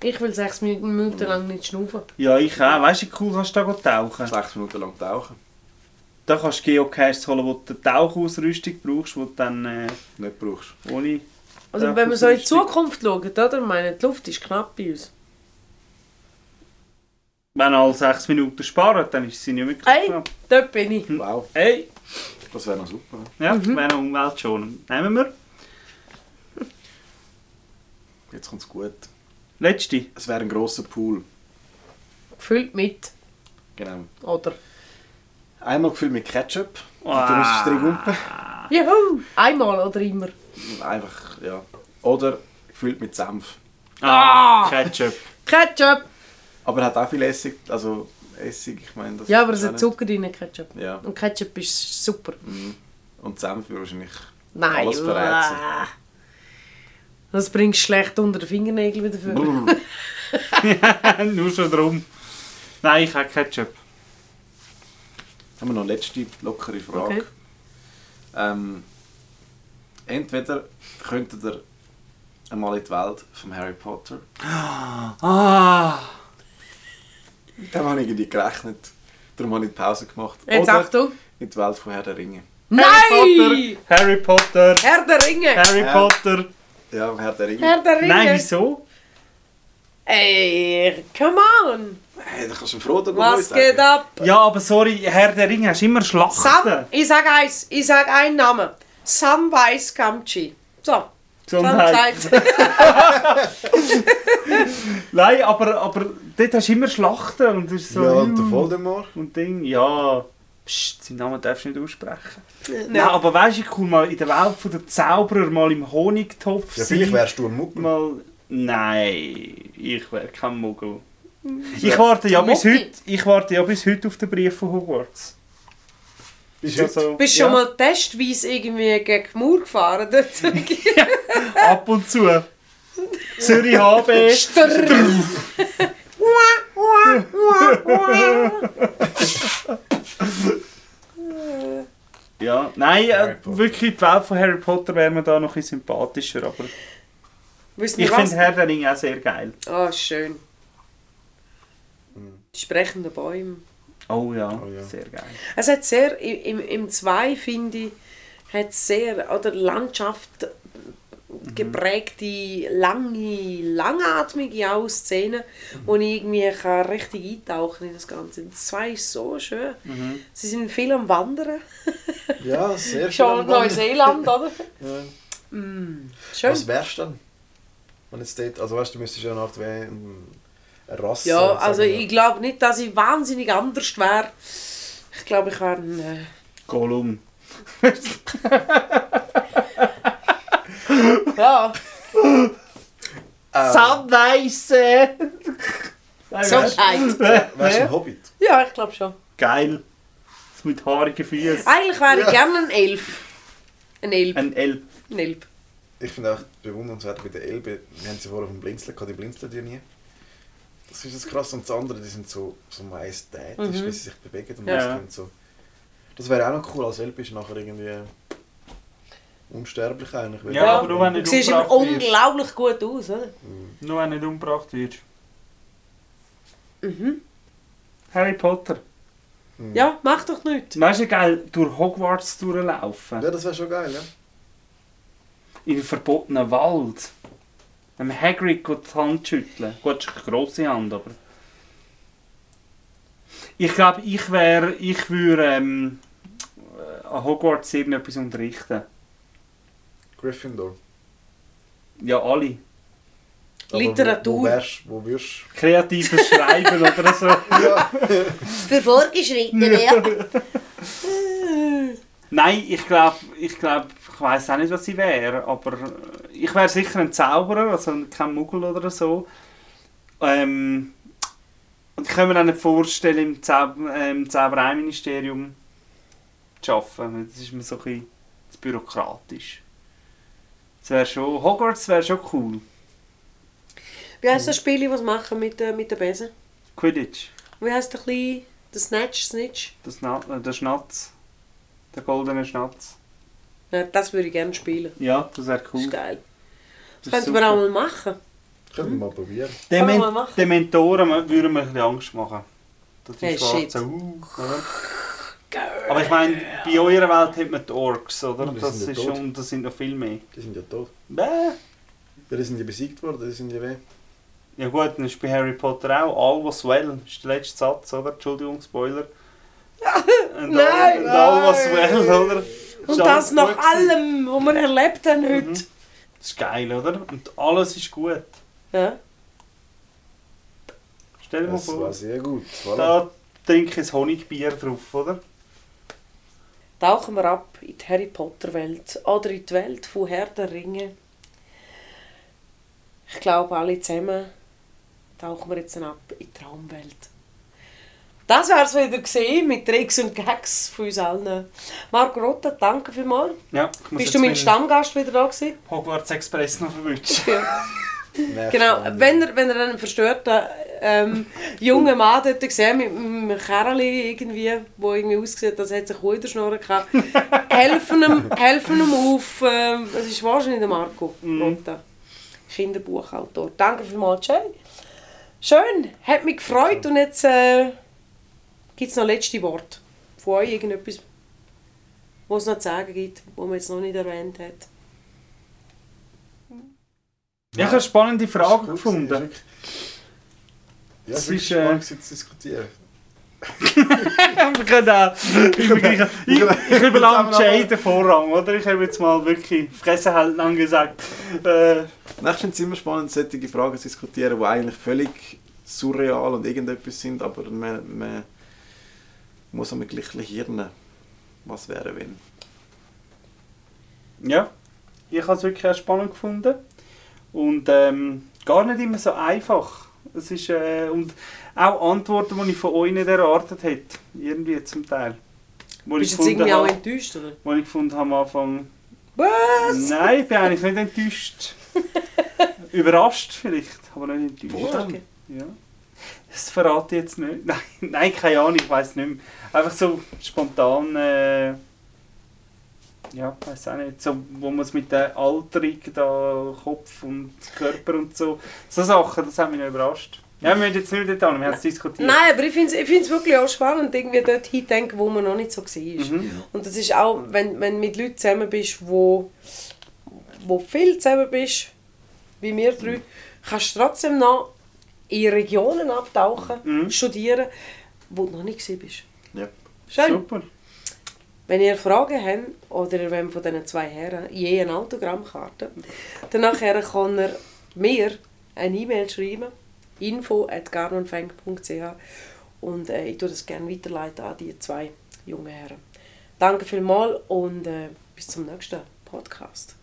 Ich will sechs Minuten, Minuten lang nicht schnaufen.
Ja, ich auch. Weißt du, wie cool kannst du da tauchen?
6 Minuten lang tauchen.
Da kannst du Geocaches holen, wo du die Tauchausrüstung brauchst, wo du dann äh,
Nicht brauchst.
ohne...
Also
Ja,
wenn wir so in die
Ausrüstung.
Zukunft schauen, oder? Ich meine, die Luft ist knapp bei uns.
Wenn alle sechs Minuten sparen, dann ist sie nicht mehr
Hey.
knapp.
Dort bin ich.
Wow,
Hey!
das wäre noch super.
Ja, mhm. wäre umweltschonend. Nehmen wir.
Jetzt kommt's gut.
Letzte.
Es wäre ein grosser Pool.
Gefüllt mit.
Genau.
Oder?
Einmal gefüllt mit Ketchup. Und du musst es drin
Ah.
gumpen.
Juhu! Einmal oder immer.
Einfach, ja. Oder gefüllt mit Senf.
Ah, Ketchup. (laughs)
Ketchup!
Aber er hat auch viel Essig. Also Essig, ich meine das.
Ja, aber es
ist auch
hat Zucker drin, Ketchup.
nicht- Ja.
Und Ketchup ist super.
Und Senf würde wahrscheinlich.
Nein.
Alles verrätseln.
uah. Das bringst du schlecht unter den Fingernägel wieder vor. (laughs)
Nur schon drum. Nein, ich habe Ketchup.
Haben wir noch eine letzte lockere Frage.
Okay.
Ähm, entweder könntet ihr einmal in die Welt von Harry Potter.
Ah!
Mit dem habe ich irgendwie gerechnet. Darum habe ich die Pause gemacht.
Jetzt
Oder
Achtung!
in die Welt von Herr der Ringe.
Nein!
Harry Potter!
Herr der Ringe!
Harry
Ja.
Potter!
Ja, Herr der Ringe.
Herr der Ringe!
Nein, wieso?
Ey, come on!
Hey, da kannst du ihm Frodo noch
Was
sagen.
geht ab?
Ja, aber sorry, Herr der Ringe, hast immer Schlachten.
Sam, ich sag eins, ich sag einen Namen. Samwise Gamgee. So,
Gesundheit.
Samwise.
Nein, aber, aber dort hast du immer Schlachten und es ist so...
ja, und der
«Iu».
Voldemort.
und Ding, ja, pst, seinen Namen darfst du nicht aussprechen.
Nein.
Nein, aber weißt du, ich cool mal in der Welt von der Zauberer mal im Honigtopf
Ja,
sein.
vielleicht wärst du ein Muggel.
mal. Nein, ich wäre kein Muggel. Ich warte, ja bis
Mucki.
heute, ich warte ja bis heute auf den Brief von Hogwarts.
Bist
Also,
Bist du
ja,
schon mal testweise irgendwie gegen die Mauer (laughs) gefahren? Dort?
Ab und zu.
(laughs)
Zürich HB.
Strrr.
Ja, nein, äh,
Harry Potter.
wirklich die Welt von Harry Potter wäre mir da noch ein bisschen sympathischer, aber
Wissen
ich
wir
finde
was?
Herr der Ringe auch sehr geil.
Ah, schön. Die sprechenden Bäume.
Oh ja,
Oh ja.
sehr geil.
Es hat sehr, im, im 2 finde ich, hat sehr, oder Landschaft geprägte, lange, langatmige auch Szenen, wo ich irgendwie kann richtig eintauchen in das Ganze. Das 2 ist so schön.
Mhm.
Sie sind viel am Wandern.
Ja, sehr
Schon Neuseeland, oder?
Ja.
Mm, schön.
Was wärst du denn? Wenn jetzt dort, also weißt du, du müsstest ja eine Art wie ähm, eine Rasse.
Ja, also
sagen wir.
ich glaube nicht, dass ich wahnsinnig anders wäre. Ich glaube, ich wäre ein... Äh,
Gollum.
ja,
Äh,
Ähm,
(laughs) Sandweisse!
so ein
Wärst du ein Eh, Hobbit?
Ja, ich glaube schon.
Geil. Das mit haarigen Füßen.
Eigentlich wäre ich
Ja.
gerne ein Elf. Ein Elb.
Ein Elb.
Ein Elb.
Ich finde auch bewundernswert bei der Elbe, wir haben sie vorher auf dem Blinzeln gehabt, die blinzeln ja nie. Das ist das krass und das andere, die sind so, so majestätisch,
Mhm.
wie sie sich bewegen und
Ja.
ja. so. Das wäre auch noch cool, als Elbe ist nachher irgendwie unsterblich eigentlich. weil-
Ja, aber nur wenn
Du
nicht
siehst immer
umgebracht wirst.
unglaublich gut aus, oder?
Mm,
Nur wenn du nicht umgebracht wirst.
Mhm.
Harry Potter.
Mhm.
Ja, mach doch nichts.
Weißt du, geil, durch Hogwarts durchlaufen.
Ja, das wäre schon geil, ja.
In einem verbotenen Wald. Einem Hagrid geht die Hand schütteln. Gut, das ist eine grosse Hand, aber... Ich glaube, ich wäre... Ich würde ähm, äh, an Hogwarts irgendetwas unterrichten.
Gryffindor.
Ja, alle.
Aber Wo, wo
Literatur.
wärst wo wirst
Kreatives Schreiben oder so.
(laughs) Ja,
Für Vorgeschrittene, ja.
Nein, ich glaube, ich, glaub, ich weiß auch nicht, was ich wäre, aber ich wäre sicher ein Zauberer, also kein Muggel oder so. Ähm, und ich kann mir auch nicht vorstellen, im, Zau äh, im Zaubereiministerium zu arbeiten. Das ist mir so ein bisschen zu bürokratisch. Das wäre schon, Hogwarts wäre schon cool.
Wie heisst das Spiel, was machen mit, äh, mit der Besen?
Quidditch,
Wie heisst der kleine? Der Snatch, Snitch?
der, Sna äh, der Schnatz, der goldene Schnatz.
Ja, das würde ich gerne spielen.
Ja, das wäre
Das
cool.
ist geil. Das,
Das
könnten
ist
wir auch
super.
mal machen.
können wir mal probieren.
Kann man
Demen
mal machen.
Dementoren würden mir ein bisschen Angst machen. Das
Hey, shit.
uh, oder? Aber ich meine, bei eurer Welt hat man die Orks, oder?
Und die
Das
sind ja
ist
tot.
schon, das sind noch viel mehr.
Die sind ja tot.
Bäh.
Ja, die sind ja besiegt worden, die sind ja weh.
Ja gut, dann ist bei Harry Potter auch all was well, ist der letzte Satz, oder? Entschuldigung,
(laughs)
Spoiler. Und
Nein,
all, und all was
nein.
well, oder?
Und
Ist alles
das nach
gut gewesen.
allem, was wir erlebt haben heute.
Mhm. Das ist geil, oder? Und alles ist gut.
Ja.
Stell dir mal
Das war
vor,
sehr gut. Voilà.
da trinke ich ein Honigbier drauf, oder?
Tauchen wir ab in die Harry Potter Welt oder in die Welt von Herr der Ringe. Ich glaube, alle zusammen tauchen wir jetzt ab in die Traumwelt. Das wär's wieder gesehen mit Tricks und Gags von uns allen. Marco Rotta, danke vielmals.
Ja, ich muss
Bist
jetzt
du mein
meinen
Stammgast wieder da
(laughs)
gewesen?
Hogwarts Express noch verwünscht.
Nervt
Genau,
einen.
wenn ihr, wenn ihr einen verstörten
(laughs)
ähm, jungen Mann dort gesehen mit einem Kerli irgendwie, der irgendwie aussieht, als hätte sich gut in der Schnur
(laughs)
gehabt, helfen ihm, helfen ihm auf, ähm, es ist wahrscheinlich der Marco
Mhm.
Rotta, Kinderbuchautor. Danke vielmals, Jay. Schön, hat mich gefreut und jetzt äh, gibt es noch letzte Worte von euch, irgendetwas, was es noch zu sagen gibt, was man jetzt noch nicht erwähnt hat.
Ich habe spannende Fragen
Das ist gut gewesen,
gefunden.
Ja,
Es
es ist
ist, äh,
spannend gewesen zu
(laughs)
diskutieren.
Wir können auch. Ich, ich, ich überlasse Jay den Vorrang, oder? Ich habe jetzt mal wirklich Fresse halten angesagt. Äh,
Nein, ich finde es immer spannend, solche Fragen zu diskutieren, die eigentlich völlig
surreal und irgendetwas sind, aber man, man muss am gleich hirnen, was wäre wenn.
Ja, ich habe es wirklich auch spannend gefunden. Und ähm, gar nicht immer so einfach. Es ist, äh, und auch Antworten, die ich von euch nicht erwartet hätte. Irgendwie zum Teil. Wo
Bist
ich
du jetzt
gefunden
irgendwie auch
habe,
enttäuscht, oder?
wo ich gefunden habe am Anfang,
Was?
nein, ich bin eigentlich nicht
(laughs)
enttäuscht. Überrascht vielleicht, aber nicht enttäuscht.
Okay.
Ja. Das verrate ich jetzt nicht. (laughs) Nein, nein keine Ahnung, ich weiß nicht mehr. Einfach so spontan. Äh, ja, weiß auch nicht. So, wo man es mit der Alterung, da Kopf und Körper und so. So Sachen, das hat mich noch überrascht. Ja, wir müssen jetzt nicht mehr detail, wir haben es diskutiert.
Nein, aber ich finde es ich find's wirklich auch spannend, irgendwie dort hindenken, wo man noch nicht so war.
Mhm.
Und das ist auch, wenn wenn mit Leuten zusammen bist, wo, wo viel zusammen bist, wie wir
Mhm.
drei, kannst du trotzdem noch in Regionen abtauchen,
Mhm.
studieren, wo du noch nicht gesehen bist.
Ja.
Schön.
Super.
Wenn ihr Fragen habt oder ihr wollt von diesen zwei Herren je eine Autogrammkarte, dann nachher kann er mir eine E-Mail schreiben, info at und äh, ich tue das gerne weiterleiten an die zwei jungen Herren. Danke vielmals und äh, bis zum nächsten Podcast.